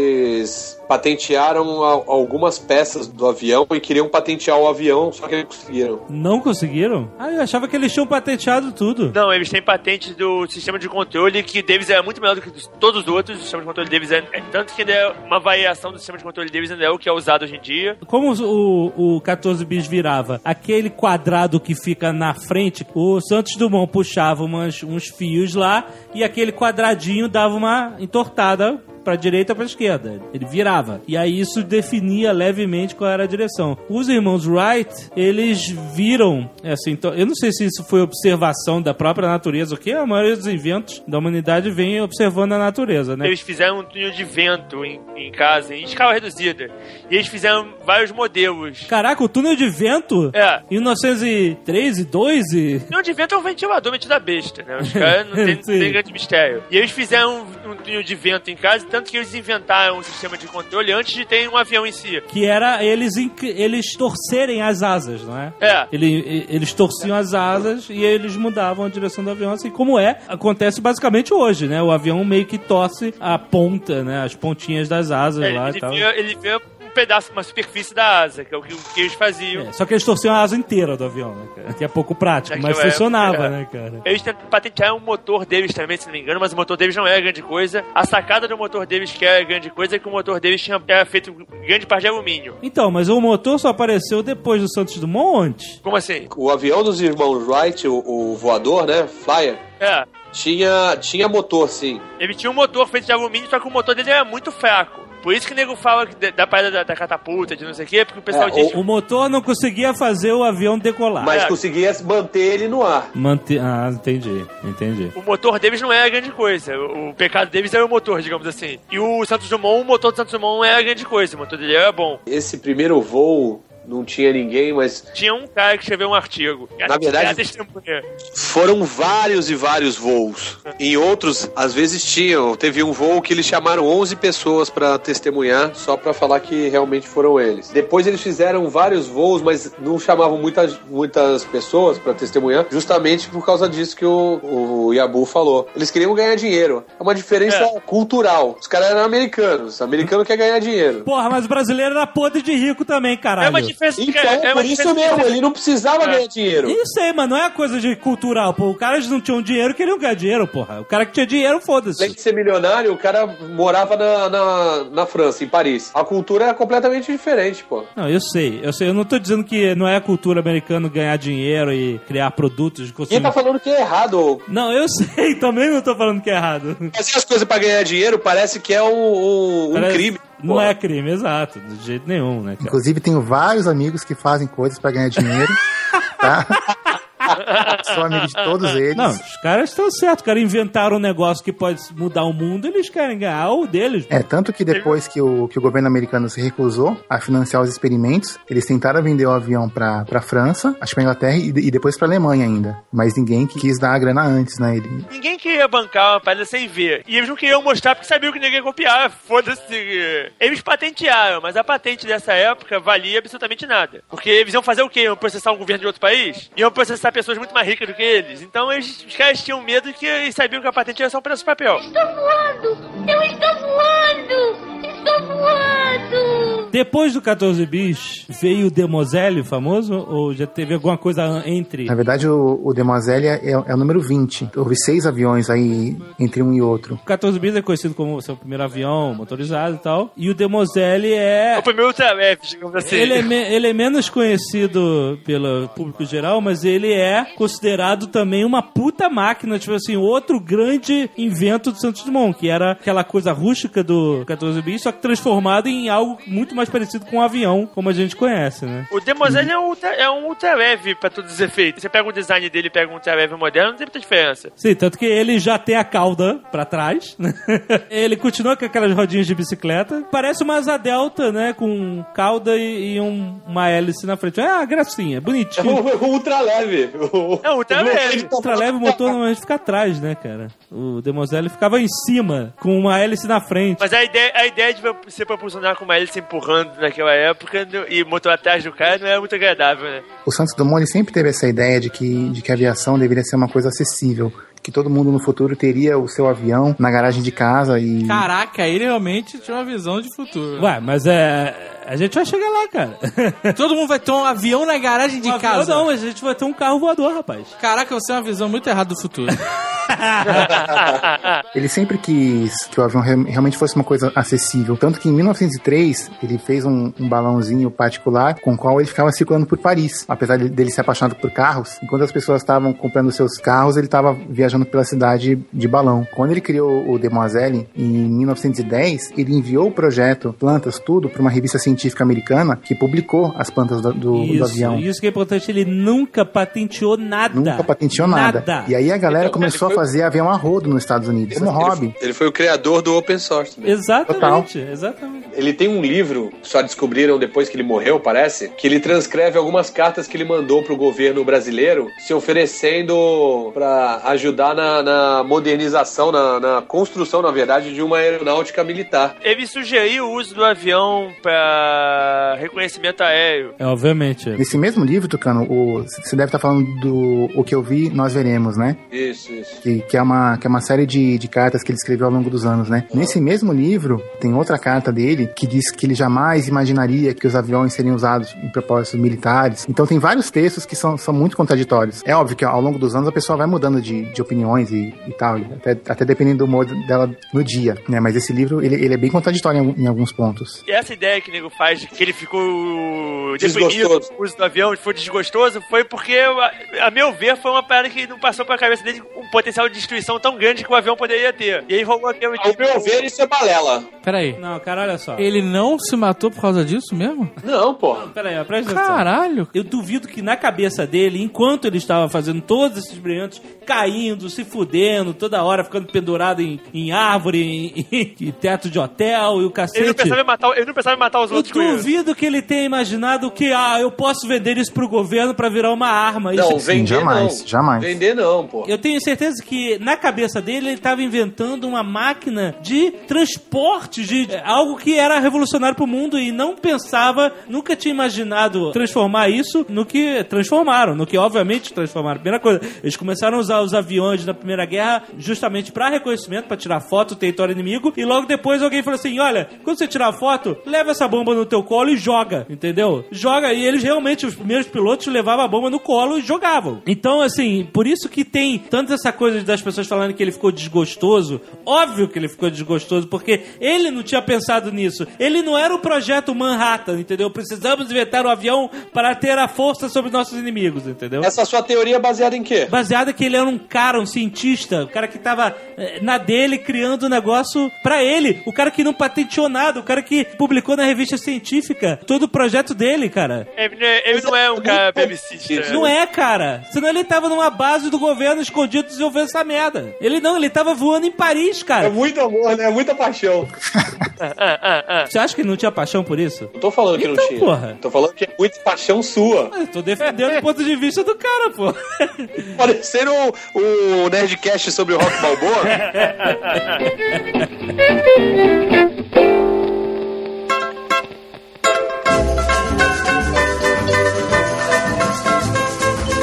Speaker 5: Eles patentearam a- algumas peças do avião e queriam patentear o avião, só que não conseguiram.
Speaker 3: Não conseguiram? Ah, eu achava que eles tinham patenteado tudo.
Speaker 4: Não, eles têm patente do sistema de controle que Davis é muito melhor do que dos- todos os outros. O sistema de controle Davis é, é tanto que ainda é uma variação do sistema de controle Davis ainda é o que é usado hoje em dia.
Speaker 3: Como o, o 14 bis virava aquele quadrado que fica na frente, o Santos Dumont puxava umas- uns fios lá e aquele quadradinho dava uma entortada pra direita ou pra esquerda. Ele virava. E aí isso definia levemente qual era a direção. Os irmãos Wright, eles viram, assim, então, eu não sei se isso foi observação da própria natureza, o que a maioria dos inventos da humanidade vem observando a natureza, né?
Speaker 4: Eles fizeram um túnel de vento em, em casa, em escala reduzida. E eles fizeram vários modelos.
Speaker 3: Caraca, o túnel de vento?
Speaker 4: É.
Speaker 3: 1903 e 2 e...
Speaker 4: Túnel de vento é um ventilador metido a besta, né? Os caras não tem, não
Speaker 3: Sim.
Speaker 4: tem grande mistério. E eles fizeram um, um túnel de vento em casa, tanto que eles inventaram um sistema de controle antes de ter um avião em si.
Speaker 3: Que era eles, inc- eles torcerem as asas, não é?
Speaker 4: É.
Speaker 3: Ele- e- eles torciam as asas e eles mudavam a direção do avião, assim como é, acontece basicamente hoje, né? O avião meio que torce a ponta, né? As pontinhas das asas
Speaker 4: Ele,
Speaker 3: lá e
Speaker 4: É, ele,
Speaker 3: tal.
Speaker 4: vira, ele vira um pedaço, uma superfície da asa, que é o que, o que eles faziam.
Speaker 3: É, só que eles torciam a asa inteira do avião, né, cara? Que é pouco prático,
Speaker 4: É que
Speaker 3: mas
Speaker 4: é-
Speaker 3: funcionava,
Speaker 4: é.
Speaker 3: né, cara?
Speaker 4: Eles tentaram patentear um motor deles também, se não me engano, mas o motor deles não era grande coisa. A sacada do motor deles que era grande coisa é que o motor deles tinha, era feito em grande parte de alumínio.
Speaker 3: Então, mas o motor só apareceu depois do Santos Dumont ou antes?
Speaker 4: Como assim?
Speaker 5: O avião dos irmãos Wright, o, o voador, né? Flyer,
Speaker 4: É,
Speaker 5: tinha, tinha motor, sim.
Speaker 4: ele tinha um motor feito de alumínio, só que o motor dele era muito fraco. Por isso que o nego fala que da, da parada da, da catapulta, de não sei o quê, porque o pessoal
Speaker 5: É,
Speaker 4: diz
Speaker 3: O motor não conseguia fazer o avião
Speaker 8: Ah,
Speaker 3: decolar.
Speaker 5: Mas
Speaker 4: É.
Speaker 5: conseguia manter ele no ar.
Speaker 3: Mante... Ah, entendi, entendi.
Speaker 4: O motor deles não é a grande coisa. O o pecado deles era o motor, digamos assim. E o Santos Dumont, o motor do Santos Dumont é a grande coisa. O motor dele era bom.
Speaker 5: Esse primeiro voo não tinha ninguém, mas
Speaker 4: Tinha um cara que escreveu um artigo.
Speaker 5: Na verdade-
Speaker 4: Era testemunha.
Speaker 5: Foram vários e vários voos. Em outros, às vezes tinham. Teve um voo que eles chamaram 11 pessoas pra testemunhar, só pra falar que realmente foram eles. Depois eles fizeram vários voos, mas não chamavam muitas, muitas pessoas pra testemunhar, justamente por causa disso que o, o Yabu falou. Eles queriam ganhar dinheiro. É uma diferença cultural. Os caras eram americanos. Americano quer ganhar dinheiro.
Speaker 3: Porra, mas o brasileiro era podre de rico também, caralho.
Speaker 4: É uma diferença.
Speaker 5: Então,
Speaker 4: é uma
Speaker 5: por isso
Speaker 4: diferença- É.
Speaker 5: mesmo, ele não precisava ganhar dinheiro.
Speaker 3: E isso aí, mano, não é coisa de cultural, pô. O cara eles não tinham dinheiro, queriam ganhar dinheiro, porra. O cara que tinha dinheiro,
Speaker 5: Além
Speaker 3: foda-se.
Speaker 5: de ser milionário, o cara morava na, na, na França, em Paris. A cultura era completamente diferente, pô.
Speaker 3: Não, eu sei, eu sei. Eu não tô dizendo que não é cultura americana ganhar dinheiro e criar produtos de
Speaker 5: Quem
Speaker 3: consumo.
Speaker 5: tá falando que é errado?
Speaker 3: Não, eu sei, também não tô falando que é errado.
Speaker 5: Fazer as coisas pra ganhar dinheiro parece que é um, um, um
Speaker 3: Parece-
Speaker 5: crime.
Speaker 3: Não
Speaker 5: pô.
Speaker 3: é crime, exato, de jeito nenhum, né, cara?
Speaker 6: Inclusive, tenho vários amigos que fazem coisas pra ganhar dinheiro. tá? Sou amigo de todos eles.
Speaker 3: Não, os caras estão certos, os caras inventaram um negócio que pode mudar o mundo, eles querem ganhar o deles.
Speaker 6: É, tanto que depois que o, que o governo americano se recusou a financiar os experimentos, eles tentaram vender o avião pra, pra França, acho que pra Inglaterra e, e depois pra Alemanha ainda. Mas ninguém que quis dar a grana antes, né? Ele,
Speaker 4: Ninguém queria bancar uma parada sem ver. E eles não queriam mostrar porque sabiam que ninguém ia copiar. Foda-se. Eles patentearam, mas a patente dessa época valia absolutamente nada. Porque eles iam fazer o quê? Iam processar um governo de outro país? Iam processar pessoas muito mais ricas do que eles. Então eles, os caras tinham medo que eles sabiam que a patente era só um preço de papel.
Speaker 9: Estou voando! Eu estou voando! Estou voando!
Speaker 3: Depois do 14 bis, veio o Demoselle famoso? Ou já teve alguma coisa an- entre?
Speaker 6: na verdade, o, o Demoiselle é, é o número 20. Houve seis aviões aí entre um e outro.
Speaker 3: O 14 bis é conhecido como seu primeiro avião motorizado e tal. E o Demoselle é.
Speaker 4: O primeiro ultravef, digamos assim.
Speaker 3: Ele é, me- ele é menos conhecido pelo público geral, mas ele é considerado também uma puta máquina, tipo assim, outro grande invento do Santos Dumont, que era aquela coisa rústica do 14 bis, só que transformado em algo muito mais mais parecido com um avião, como a gente conhece, né?
Speaker 4: O Demoiselle é um ultra, é um ultra leve pra todos os efeitos. Você pega o design dele e pega um ultra leve moderno, não tem muita diferença.
Speaker 3: Sim, tanto que ele já tem a cauda pra trás, né? Ele continua com aquelas rodinhas de bicicleta. Parece uma asa delta, né? Com cauda e, e um- uma hélice na frente. É uma gracinha,
Speaker 5: É
Speaker 3: bonitinho.
Speaker 5: um, um ultra leve. O-
Speaker 4: É um ultra
Speaker 5: o meu
Speaker 4: leve.
Speaker 5: filho tá-
Speaker 3: Ultra leve, o motor normalmente fica atrás, né, cara? O Demoiselle ficava em cima, com uma hélice na frente.
Speaker 4: Mas a ideia, a ideia de você propulsionar com uma hélice empurrando naquela época no- e motor atrás do cara não é muito agradável, né?
Speaker 6: O Santos Dumont ele sempre teve essa ideia de que, de que a aviação deveria ser uma coisa acessível, que todo mundo no futuro teria o seu avião na garagem de casa e
Speaker 8: Caraca, ele realmente tinha uma visão de futuro.
Speaker 3: Ué, mas é. A gente vai chegar lá, cara.
Speaker 8: Todo mundo vai ter um avião na garagem de
Speaker 3: Um avião
Speaker 8: casa.
Speaker 3: Não, mas a gente vai ter um carro voador, rapaz.
Speaker 8: Caraca, você é uma visão muito errada do futuro.
Speaker 6: Ele sempre quis que o avião re- realmente fosse uma coisa acessível. Tanto que em 1903 ele fez um, um balãozinho particular com o qual ele ficava circulando por Paris. Apesar de- dele ser apaixonado por carros, enquanto as pessoas estavam comprando seus carros, ele estava viajando pela cidade de balão. Quando ele criou o Demoiselle, em 1910, ele enviou o projeto Plantas Tudo para uma revista científica americana que publicou as plantas do, do- do avião.
Speaker 3: isso que é importante, ele nunca patenteou nada.
Speaker 6: Nunca patenteou nada. E aí a galera
Speaker 5: Então,
Speaker 6: começou a
Speaker 5: ele foi-
Speaker 6: fazer avião a rodo nos Estados Unidos, como É um hobby.
Speaker 5: Ele foi o criador do open source. né? também.
Speaker 3: Exatamente, exatamente.
Speaker 5: Ele tem um livro, só descobriram depois que ele morreu, parece, que ele transcreve algumas cartas que ele mandou pro governo brasileiro, se oferecendo pra ajudar na, na modernização, na, na construção, na verdade, de uma aeronáutica militar.
Speaker 4: Ele sugeriu o uso do avião pra reconhecimento aéreo.
Speaker 3: É, obviamente.
Speaker 6: Nesse mesmo livro, Tucano, o- você deve estar falando do O Que Eu Vi, Nós Veremos, né?
Speaker 5: Isso, isso.
Speaker 6: Que, que, é, uma, que é uma série de, de cartas que ele escreveu ao longo dos anos, né? Nesse mesmo livro, tem outra carta dele que diz que ele jamais imaginaria que os aviões seriam usados em propósitos militares. Então tem vários textos que são, são muito contraditórios. É óbvio que ao longo dos anos a pessoa vai mudando de, de opiniões e, e tal, até, até dependendo do humor dela no dia, né? Mas esse livro, ele, ele é bem contraditório em algum- em alguns pontos.
Speaker 4: E essa ideia que o nego faz de que ele ficou deprimido
Speaker 5: Desgostoso.
Speaker 4: com o uso do avião, foi desgostoso, foi porque, a, a meu ver, foi uma parada que não passou pela cabeça dele um potencial de destruição tão grande que o avião poderia ter. E aí rolou aquele.
Speaker 5: Ao meu ver, isso é balela.
Speaker 8: Peraí.
Speaker 3: Não, cara, olha só.
Speaker 8: Ele não se matou por causa disso mesmo?
Speaker 5: Não, porra.
Speaker 3: Peraí, ó, presta atenção.
Speaker 8: Caralho.
Speaker 3: Eu duvido que na cabeça dele, enquanto ele estava fazendo todos esses brilhantes, caindo, se fudendo, toda hora ficando pendurado em, em árvore, em, em teto de hotel e o
Speaker 4: Ele não,
Speaker 3: cacete.
Speaker 4: pensava em matar, ele não pensava em matar os
Speaker 3: Eu
Speaker 4: outros com isso.
Speaker 3: duvido que ele tenha imaginado que, ah, eu posso vender isso pro governo pra virar uma arma.
Speaker 5: Não,
Speaker 3: Isso- é
Speaker 5: vender
Speaker 6: jamais,
Speaker 5: não.
Speaker 6: jamais.
Speaker 5: Vender não, pô.
Speaker 3: Eu tenho certeza que na cabeça dele ele estava inventando uma máquina de transporte, de de algo que era revolucionário pro mundo e não pensava, nunca tinha imaginado transformar isso no que transformaram, no que obviamente transformaram. Primeira coisa, eles começaram a usar os aviões na Primeira Guerra justamente para reconhecimento, para tirar foto do território inimigo e logo depois alguém falou assim: olha, quando você tirar foto, leva essa bomba no teu colo e joga, entendeu? Joga e eles realmente, os primeiros pilotos levavam a bomba no colo e jogavam. Então, assim, por isso que tem tanto essa coisa das pessoas falando que ele ficou desgostoso. Óbvio que ele ficou desgostoso, porque ele não tinha pensado nisso. Ele não era o projeto Manhattan, entendeu? Precisamos inventar o avião para ter a força sobre nossos inimigos, entendeu?
Speaker 5: Essa sua teoria é baseada em quê?
Speaker 3: baseada que ele era um cara, um cientista, o cara que tava eh, na dele criando um negócio pra ele, o cara que não patenteou nada, o cara que publicou na revista científica todo o projeto dele, cara.
Speaker 4: Ele, não é- ele não é um cara
Speaker 5: Isso.
Speaker 4: bebicista.
Speaker 3: Não é, cara. Senão ele tava numa base do governo escondido desenvolvendo essa merda. Ele não, ele tava voando em Paris,
Speaker 5: É
Speaker 3: cara.
Speaker 5: muito amor, né? É muita paixão.
Speaker 3: Você acha que ele não tinha paixão por isso?
Speaker 5: Não tô falando que
Speaker 3: Então,
Speaker 5: não tinha.
Speaker 3: porra.
Speaker 5: Tô falando que é muita paixão sua.
Speaker 3: Mas eu tô defendendo o ponto de vista do cara, pô.
Speaker 5: Parecendo o, o Nerdcast sobre o Rock Balboa.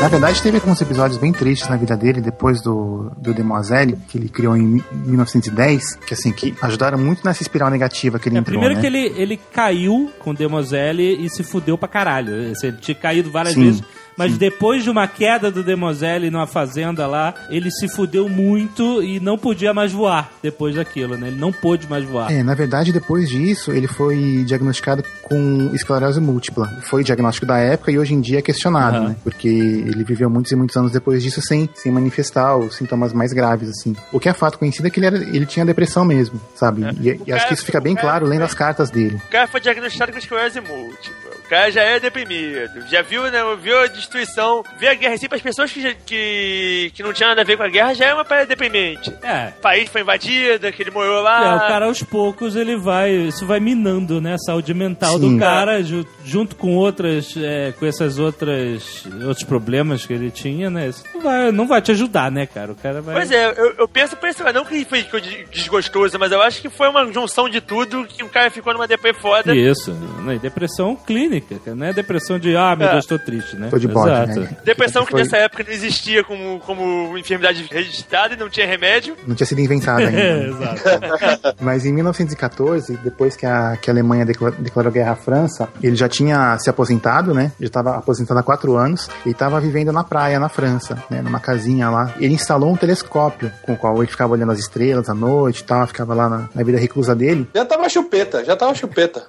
Speaker 6: Na verdade, teve alguns episódios bem tristes na vida dele, depois do, do Demoiselle, que ele criou em 1910, que assim, que ajudaram muito nessa espiral negativa que ele
Speaker 3: É,
Speaker 6: entrou,
Speaker 3: primeiro
Speaker 6: né?
Speaker 3: que ele, ele caiu com Demoselle e se fudeu pra caralho. Assim, Ele tinha caído várias
Speaker 6: Sim.
Speaker 3: vezes. Mas depois de uma queda do Demoiselle numa fazenda lá, ele se fudeu muito e não podia mais voar depois daquilo, né? Ele não pôde mais voar.
Speaker 6: É, na verdade, depois disso, ele foi diagnosticado com esclerose múltipla. Foi o diagnóstico da época e hoje em dia é questionado,
Speaker 3: Aham.
Speaker 6: né? Porque ele viveu muitos e muitos anos depois disso sem, sem manifestar os sintomas mais graves, assim. O que é fato conhecido é que ele, era- ele tinha depressão mesmo,
Speaker 3: É.
Speaker 6: sabe? E, e
Speaker 4: cara-
Speaker 6: acho que isso fica bem
Speaker 4: o cara-
Speaker 6: claro lendo as cartas dele.
Speaker 4: O cara foi diagnosticado com esclerose múltipla. O cara já é deprimido. Já viu, né? Viu a destruição. Viu a guerra em si. Para as pessoas que, já- que, que não tinham nada a ver com a guerra, já é uma parada deprimente.
Speaker 3: É.
Speaker 4: O país foi invadido, que ele morou
Speaker 3: É,
Speaker 4: lá.
Speaker 3: o cara aos poucos ele vai. Isso vai minando, né? A saúde mental
Speaker 6: Sim.
Speaker 3: do cara, ju- junto com outras. é, com essas outras. outros problemas que ele tinha, né? Isso não vai, não vai te ajudar, né, cara? O cara vai.
Speaker 4: Pois é, eu, eu penso por esse lado, não que foi de- desgostoso, mas eu acho que foi uma junção de tudo que o cara ficou numa DP foda.
Speaker 3: Isso, né? Depressão clínica, cara, não é depressão de ah, meu
Speaker 4: É.
Speaker 3: Deus, tô triste, né?
Speaker 6: Tô de bode,
Speaker 3: Exato.
Speaker 6: né?
Speaker 4: Depressão que
Speaker 6: Foi-
Speaker 4: nessa época não existia como, como enfermidade registrada e não tinha remédio.
Speaker 6: Não tinha sido inventado ainda.
Speaker 3: É,
Speaker 6: né?
Speaker 3: exato.
Speaker 6: Mas em 1914, depois que a, que a Alemanha decla- declarou guerra à França, ele já tinha se aposentado, né? Já estava aposentado há quatro anos e estava vivendo na praia, na França, né? Numa casinha lá. Ele instalou um telescópio com o qual ele ficava olhando as estrelas à noite e tal, ficava lá na, na vida reclusa dele.
Speaker 5: Já tava chupeta, já tava chupeta.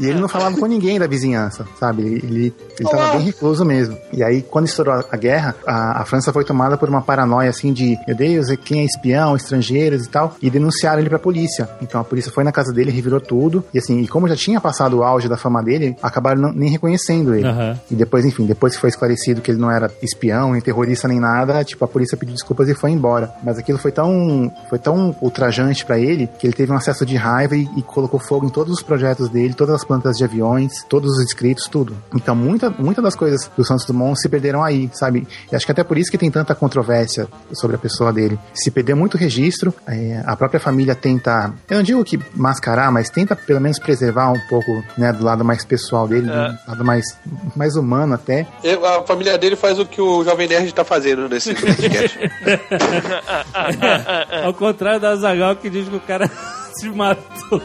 Speaker 6: E ele não falava com ninguém da vizinhança, sabe? Ele, ele tava bem recluso mesmo. E aí, quando estourou a- a guerra, a, a França foi tomada por uma paranoia, assim, de meu Deus, é quem é espião, estrangeiros e tal. E denunciaram ele pra polícia. Então, a polícia foi na casa dele, revirou tudo. E assim, e como já tinha passado o auge da fama dele, acabaram não- nem reconhecendo ele.
Speaker 3: Aham.
Speaker 6: E depois, enfim, depois que foi esclarecido que ele não era espião, nem terrorista, nem nada, tipo, a polícia pediu desculpas e foi embora. Mas aquilo foi tão, foi tão ultrajante pra ele que ele teve um acesso de raiva e, e colocou fogo em todos os projetos dele, todas as plantas de aviões, todos os escritos, tudo. Então, muita, muita das coisas do Santos Dumont se perderam aí, sabe? E acho que até por isso que tem tanta controvérsia sobre a pessoa dele. Se perder muito registro, é, a própria família tenta, eu não digo que mascarar, mas tenta pelo menos preservar um pouco, né, do lado mais pessoal dele, do lado mais, mais humano até.
Speaker 5: Eu- a família dele faz o que o Jovem Nerd tá fazendo nesse podcast.
Speaker 3: Ao contrário da Zagal que diz que o cara se matou.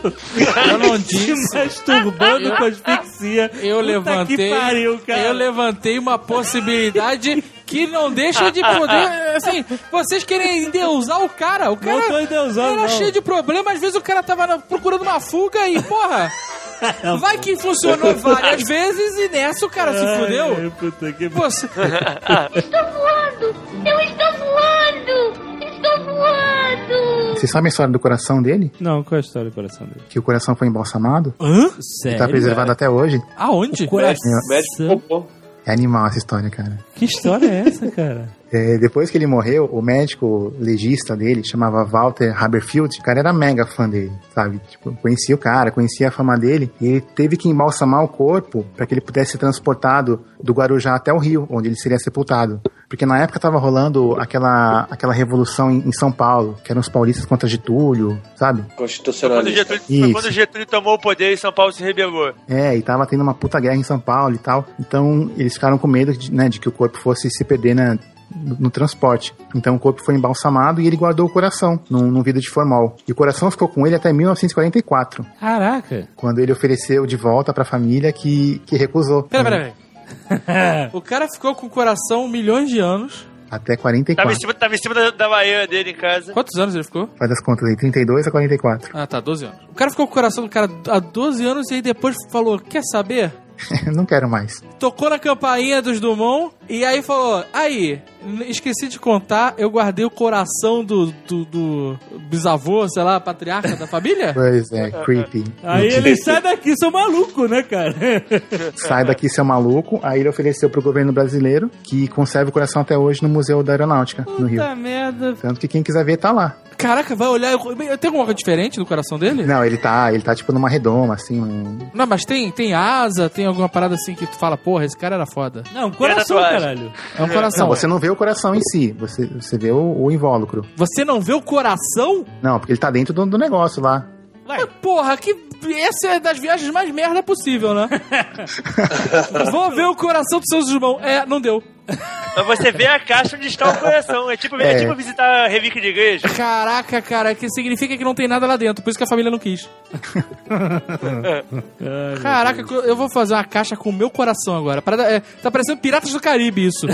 Speaker 8: Eu não
Speaker 3: Se
Speaker 8: disse.
Speaker 3: masturbando com asfixia.
Speaker 8: Eu
Speaker 3: Puta
Speaker 8: levantei.
Speaker 3: Que pariu, cara.
Speaker 8: Eu levantei uma possibilidade que não deixa de poder. Assim, vocês querem endeusar o cara. O cara.
Speaker 3: Não tô endeusando,
Speaker 8: Era
Speaker 3: não.
Speaker 8: cheio de problema, às vezes o cara tava na- procurando uma fuga e, porra.
Speaker 3: É
Speaker 8: Vai que funcionou várias vezes e nessa o cara se fudeu.
Speaker 3: um Ai, puta que
Speaker 8: Pô, se-
Speaker 9: Estou voando! Eu estou voando! Estou voando!
Speaker 6: Vocês sabem a história do coração dele?
Speaker 3: Não, qual é a história do coração dele?
Speaker 6: Que o coração foi embalsamado?
Speaker 8: Hã?
Speaker 3: Sério?
Speaker 6: Tá preservado até hoje?
Speaker 8: Aonde?
Speaker 3: Coração?
Speaker 6: É animal essa história, cara.
Speaker 3: Que história é essa, cara?
Speaker 6: É, depois que ele morreu, o médico legista dele, chamava Walter Haberfield, o cara era mega fã dele, sabe? Tipo, conhecia o cara, conhecia a fama dele, e ele teve que embalsamar o corpo para que ele pudesse ser transportado do Guarujá até o Rio, onde ele seria sepultado. Porque na época tava rolando aquela, aquela revolução em, em São Paulo, que eram os paulistas contra Getúlio, sabe?
Speaker 4: Quando o
Speaker 5: Constitucionalista.
Speaker 4: Getúlio, foi
Speaker 6: Isso.
Speaker 4: quando o Getúlio tomou o poder e São Paulo se rebelou.
Speaker 6: É, e tava tendo uma puta guerra em São Paulo e tal. Então, eles ficaram com medo de, né, de que o corpo fosse se perder na- no, no transporte. Então, o corpo foi embalsamado e ele guardou o coração num, num vidro de formol. E o coração ficou com ele até 1944,
Speaker 3: Caraca.
Speaker 6: quando ele ofereceu de volta pra família que, que recusou.
Speaker 8: Pera, pera, pera. O cara ficou com o coração milhões de anos.
Speaker 6: Até
Speaker 4: Tava
Speaker 6: 44.
Speaker 4: em cima, tava em cima da, da baiana dele em casa.
Speaker 8: Quantos anos ele ficou?
Speaker 6: Faz as contas aí, 32 a 44.
Speaker 8: Ah, tá, 12 anos. O cara ficou com o coração do cara há 12 anos e aí depois falou: Quer saber?
Speaker 6: Não quero mais.
Speaker 8: Tocou na campainha dos Dumont e aí falou: Aí, n- esqueci de contar, eu guardei o coração do, do, do bisavô, sei lá, patriarca da família?
Speaker 6: Pois é, creepy.
Speaker 3: Aí ele sai daqui, são maluco, né, cara?
Speaker 6: Sai daqui, seu maluco. Aí ele ofereceu pro governo brasileiro, que conserva o coração até hoje no Museu da Aeronáutica, no Rio.
Speaker 3: Puta merda.
Speaker 6: Tanto que quem quiser ver, tá lá.
Speaker 8: Caraca, vai olhar. eu- Tem alguma coisa diferente no coração dele?
Speaker 6: Não, ele tá, ele tá tipo numa redoma, assim. um-
Speaker 8: Não, mas tem, tem asa, tem alguma parada assim que tu fala, porra, esse cara era foda.
Speaker 3: Não, coração,
Speaker 4: E a tatuagem?
Speaker 3: caralho.
Speaker 8: É um coração.
Speaker 6: Não, você não vê o coração em si, você, você vê o, o invólucro.
Speaker 8: Você não vê o coração?
Speaker 6: Não, porque ele tá dentro do, do negócio lá.
Speaker 8: Mas, porra, que. Essa é das viagens mais merda possível, né? Vou ver o coração dos seus irmãos. É, não deu.
Speaker 4: Mas Então você vê a caixa onde está o coração. É tipo, é.
Speaker 6: É.
Speaker 4: tipo visitar a relíquia de igreja.
Speaker 8: Caraca, cara, que significa que não tem nada lá dentro, por isso que a família não quis. Caraca, eu vou fazer uma caixa com o meu coração agora. Parada- é, tá parecendo Piratas do Caribe isso.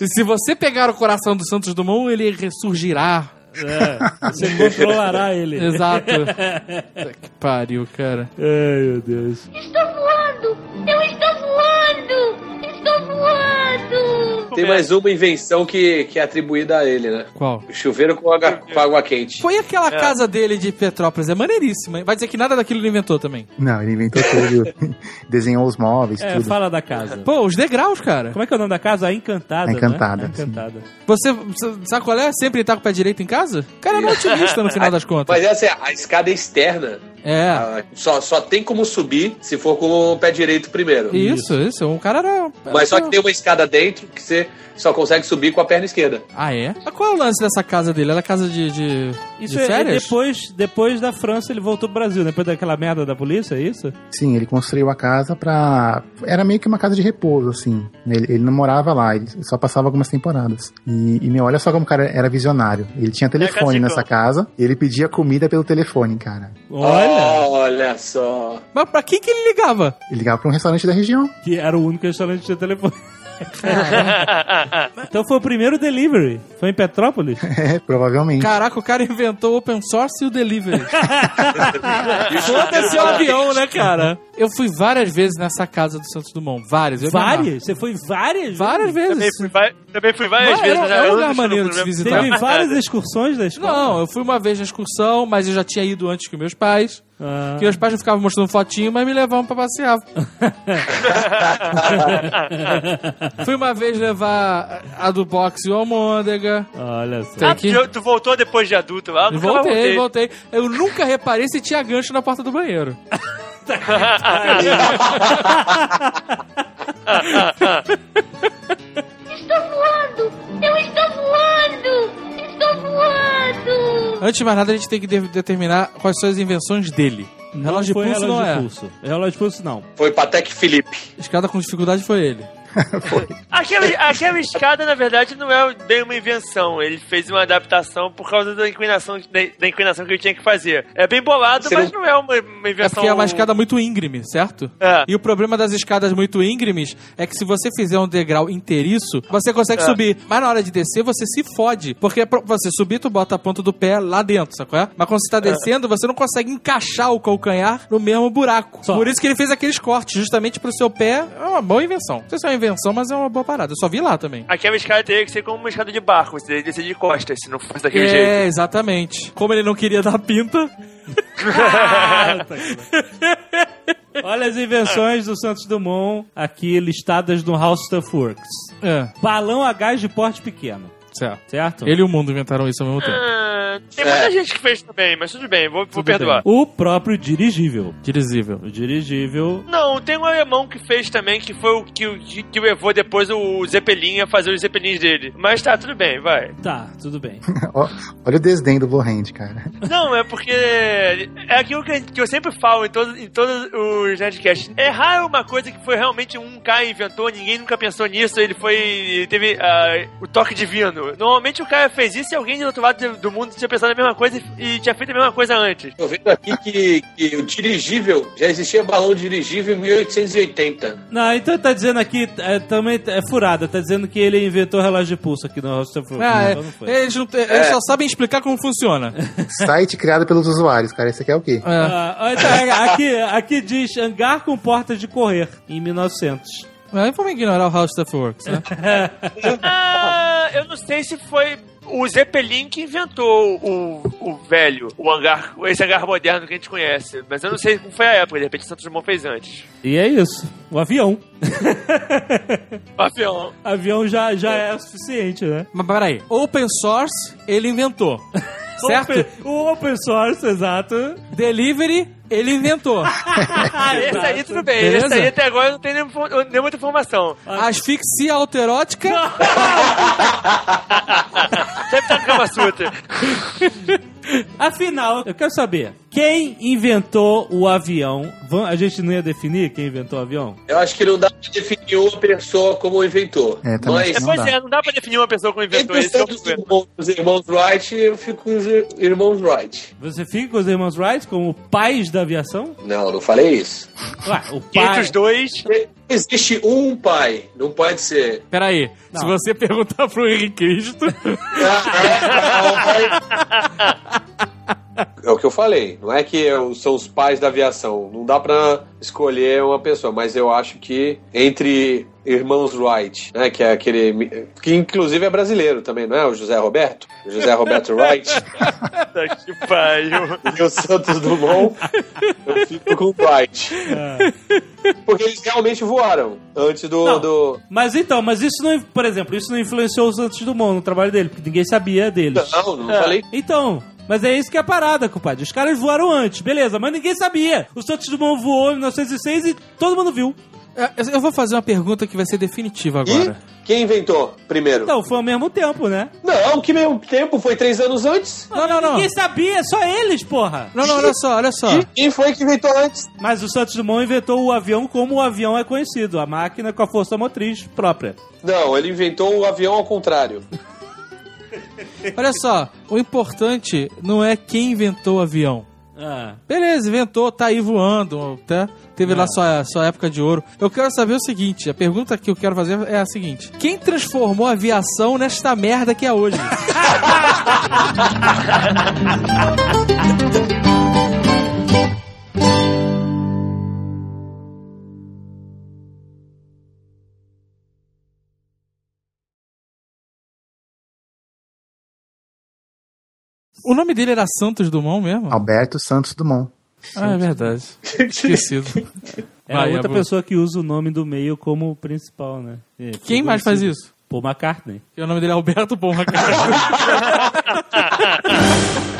Speaker 8: E se você pegar o coração do Santos Dumont, ele ressurgirá.
Speaker 3: É, Você controlará ele.
Speaker 8: Exato. Puta que pariu, cara.
Speaker 3: Ai, meu Deus.
Speaker 9: Estou voando! Eu estou voando! Estou voando!
Speaker 5: Tem mais uma invenção que, que é atribuída a ele, né?
Speaker 8: Qual?
Speaker 5: O chuveiro com água, com água quente.
Speaker 8: Foi aquela casa dele de Petrópolis, é maneiríssima. hein? Vai dizer que nada daquilo ele inventou também.
Speaker 6: Não, ele inventou tudo. Desenhou os móveis,
Speaker 3: É,
Speaker 6: tudo.
Speaker 3: fala da casa.
Speaker 8: Pô, os degraus, cara.
Speaker 3: Como é que é o nome da casa? A Encantada,
Speaker 6: A Encantada,
Speaker 3: né? A Encantada.
Speaker 8: Você, você- sabe qual é? Sempre tá com o pé direito em casa? O cara era um otimista no final das contas.
Speaker 5: Mas essa é a escada externa.
Speaker 8: É.
Speaker 5: ah, Só, só tem como subir se for com o pé direito primeiro.
Speaker 8: Isso, isso. Um cara era.
Speaker 5: Mas só que tem uma escada dentro que você só consegue subir com a perna esquerda.
Speaker 8: Ah, é? Mas qual é o lance dessa casa dele? Ela é casa de. de,
Speaker 3: Isso
Speaker 8: de
Speaker 3: é- é
Speaker 8: férias?
Speaker 3: depois, depois da França ele voltou pro Brasil, depois daquela merda da polícia, é isso?
Speaker 6: Sim, ele construiu a casa pra. Era meio que uma casa de repouso, assim. Ele, ele não morava lá, ele só passava algumas temporadas. E, e, meu, olha só como o cara era visionário. Ele
Speaker 8: É,
Speaker 6: tinha telefone
Speaker 8: tipo-
Speaker 4: casa de
Speaker 6: nessa
Speaker 4: campo.
Speaker 6: casa, e ele pedia comida pelo telefone, cara.
Speaker 3: Olha!
Speaker 5: Olha só!
Speaker 8: Mas pra quem que ele ligava?
Speaker 6: Ele ligava pra um restaurante da região.
Speaker 8: Oh.
Speaker 3: Que era o único restaurante que tinha telefone. então foi o primeiro delivery. Foi em Petrópolis?
Speaker 6: É, provavelmente.
Speaker 8: Caraca, o cara inventou o open source e o delivery. Foda-se o avião, né, cara? Eu fui várias vezes nessa casa do Santos Dumont. Várias. eu me amarro.
Speaker 3: Várias? Você foi várias?
Speaker 8: Várias
Speaker 4: Também
Speaker 8: vezes.
Speaker 4: fui, vai- também fui várias
Speaker 8: Vai,
Speaker 4: vezes.
Speaker 8: é-
Speaker 4: mas
Speaker 8: é
Speaker 4: eu
Speaker 8: um
Speaker 4: não
Speaker 8: lugar
Speaker 4: tô
Speaker 8: maneiro
Speaker 4: no
Speaker 8: de se
Speaker 4: problema.
Speaker 8: visitar.
Speaker 3: Teve várias excursões da escola?
Speaker 8: Não, eu fui uma vez na excursão, mas eu já tinha ido antes que meus pais.
Speaker 3: Ah.
Speaker 8: Que meus pais não ficavam mostrando fotinho, mas me levavam pra passear. fui uma vez levar a do boxe e o Almôndega.
Speaker 3: Olha só.
Speaker 8: Tem
Speaker 4: Ah,
Speaker 8: que-
Speaker 4: tu- tu voltou depois de adulto lá?
Speaker 8: Eu
Speaker 4: Nunca mais
Speaker 8: Voltei, voltei. Eu nunca reparei se tinha gancho na porta do banheiro.
Speaker 9: Estou voando! Eu estou voando! Estou voando!
Speaker 8: Antes de mais nada, a gente tem que de- determinar quais são as invenções dele. relógio de
Speaker 3: foi
Speaker 8: pulso
Speaker 3: relógio
Speaker 8: não é.
Speaker 3: de pulso. Relógio de pulso não.
Speaker 5: Foi Patek Felipe.
Speaker 8: Escada com dificuldade foi ele. É
Speaker 4: Aquela, aquela escada, na verdade, não é bem uma invenção. Ele fez uma adaptação por causa da inclinação, da, da inclinação que ele tinha que fazer. É bem bolado,
Speaker 5: Você
Speaker 4: mas não... é uma, uma
Speaker 8: É
Speaker 4: invenção.
Speaker 8: porque é uma escada muito íngreme, certo?
Speaker 4: É.
Speaker 8: E o problema das escadas muito íngremes é que se você fizer um degrau inteiriço, você consegue
Speaker 4: É.
Speaker 8: subir. Mas na hora de descer, você se fode. Porque pra você subir, tu bota a ponta do pé lá dentro, sabe qual é? Mas quando você tá descendo, você não consegue encaixar o calcanhar no mesmo buraco.
Speaker 3: Só.
Speaker 8: Por isso que ele fez aqueles cortes, justamente pro seu pé. É uma boa invenção. Não sei se é uma invenção, mas é uma boa parada. Eu só vi lá também.
Speaker 4: Aquela escada teria que ser como uma escada de barco. Você teria que descer de costas, se não fosse daquele
Speaker 8: é,
Speaker 4: jeito.
Speaker 8: exatamente. Como ele não queria dar pinta,
Speaker 3: Olha as invenções do Santos Dumont aqui listadas no House Stuff Works.
Speaker 8: é,
Speaker 3: Balão a gás de porte pequeno,
Speaker 8: certo.
Speaker 3: certo?
Speaker 8: Ele e o mundo inventaram isso ao mesmo tempo.
Speaker 4: Ah, tem muita
Speaker 5: É.
Speaker 4: gente que fez também, mas tudo bem, vou, vou perdoar.
Speaker 3: O próprio dirigível.
Speaker 8: Dirigível.
Speaker 3: O dirigível
Speaker 4: Não, tem um alemão que fez também, que foi o que, o- que, que levou depois o Zeppelin a fazer os Zeppelins dele. Mas tá, tudo bem, vai.
Speaker 3: Tá, tudo bem.
Speaker 6: Ó, Olha o desdém do Blue Hand, cara.
Speaker 4: Não, é porque é aquilo que, que eu sempre falo em todos, em todos os Nerdcasts. É raro uma coisa que foi realmente um cara inventou, ninguém nunca pensou nisso, ele foi. ele teve ah, o toque divino. Normalmente o cara fez isso e alguém do outro lado do- do mundo tinha pensado na mesma coisa e, e tinha feito a mesma coisa antes.
Speaker 5: Tô vendo aqui que, que o dirigível, já existia balão dirigível em 1880.
Speaker 3: Não, então tá dizendo aqui, é, também é furada, tá dizendo que ele inventou relógio de pulso aqui no House Stuff Works.
Speaker 8: Ah,
Speaker 3: Não,
Speaker 8: é,
Speaker 3: então não foi.
Speaker 8: eles, não te- eles só sabem explicar como funciona.
Speaker 6: Site criado pelos usuários, cara. Esse aqui é o quê?
Speaker 8: É,
Speaker 3: Ah, então, aqui, aqui diz hangar com portas de correr, em 1900.
Speaker 8: mas vamos ignorar o How Stuff Works, né?
Speaker 4: Ah, eu não sei se foi o Zeppelin que inventou o, o velho, o hangar, esse hangar moderno que a gente conhece. Mas eu não sei como foi a época, de repente Santos Dumont fez antes.
Speaker 3: E é isso, o avião.
Speaker 4: Avião.
Speaker 3: avião já, já é o suficiente, né?
Speaker 8: Mas peraí, open source ele inventou, certo?
Speaker 3: Open- o open source, exato.
Speaker 8: Delivery ele inventou.
Speaker 4: Ah, esse aí tudo bem.
Speaker 8: Beleza?
Speaker 4: Esse aí até agora não tem nem, nem muita informação.
Speaker 8: Asfixia alterótica,
Speaker 4: tá Deve estar no Kama Sutra.
Speaker 3: Afinal, eu quero saber, quem inventou o avião? Vam- A gente não ia definir quem inventou o avião?
Speaker 5: Eu acho que não dá pra definir uma pessoa como inventor.
Speaker 6: É, também
Speaker 5: Mas
Speaker 6: acho que não
Speaker 4: Pois
Speaker 6: dá.
Speaker 4: é, não dá pra definir uma pessoa como inventor.
Speaker 5: entre os
Speaker 4: Esse é o
Speaker 5: tantos
Speaker 4: problema.
Speaker 5: irmãos, os irmãos Wright, eu fico com os irmãos Wright.
Speaker 3: Você fica com os irmãos Wright como pais da aviação?
Speaker 5: Não, não falei isso.
Speaker 3: Ué, o
Speaker 4: Entre
Speaker 3: pai...
Speaker 4: os dois,
Speaker 5: Existe um pai, não pode ser.
Speaker 8: Peraí,
Speaker 3: Não.
Speaker 8: se você perguntar pro Henrique Cristo,
Speaker 5: É o que eu falei. Não é que eu- são os pais da aviação. Não dá pra escolher uma pessoa, mas eu acho que entre irmãos Wright, né, que é aquele que inclusive é brasileiro também, não é? O José Roberto, O José Roberto Wright
Speaker 4: Puta Tá que pariu.
Speaker 5: e o Santos Dumont. Eu fico com o Wright, porque eles realmente voaram antes do,
Speaker 3: Não.
Speaker 5: do...
Speaker 3: Mas então, mas isso não, por exemplo, isso não influenciou o Santos Dumont no trabalho dele, porque ninguém sabia deles.
Speaker 5: não, não falei
Speaker 3: Então, mas é isso que é a parada, compadre. Os caras voaram antes, beleza, mas ninguém sabia. O Santos Dumont voou em 1906 e todo mundo viu.
Speaker 8: É, eu- eu vou fazer uma pergunta que vai ser definitiva agora.
Speaker 5: E quem inventou primeiro?
Speaker 3: Então, foi ao mesmo tempo, né?
Speaker 5: Não, que mesmo tempo foi três anos antes.
Speaker 8: Não, não, não.
Speaker 3: Ninguém sabia, é só eles, porra.
Speaker 8: Não, não, olha só, olha só.
Speaker 5: E quem foi que inventou antes?
Speaker 3: Mas o Santos Dumont inventou o avião como o avião é conhecido, a máquina com a força motriz própria.
Speaker 5: Não, ele inventou o avião ao contrário.
Speaker 8: Olha só, o importante não é quem inventou o avião.
Speaker 3: Ah,
Speaker 8: Beleza, inventou, tá aí voando, tá? Teve lá sua, sua época de ouro. Eu quero saber o seguinte, a pergunta que eu quero fazer é a seguinte. Quem transformou a aviação nesta merda que é hoje? o nome dele era Santos Dumont mesmo?
Speaker 6: Alberto Santos Dumont.
Speaker 8: Ah, é verdade. Esquecido.
Speaker 3: é
Speaker 8: Vai,
Speaker 3: outra
Speaker 8: Abu.
Speaker 3: pessoa que usa o nome do meio como principal, né? É,
Speaker 8: Quem mais faz isso?
Speaker 3: Paul McCartney.
Speaker 8: Porque o nome dele é Alberto Bom, cara.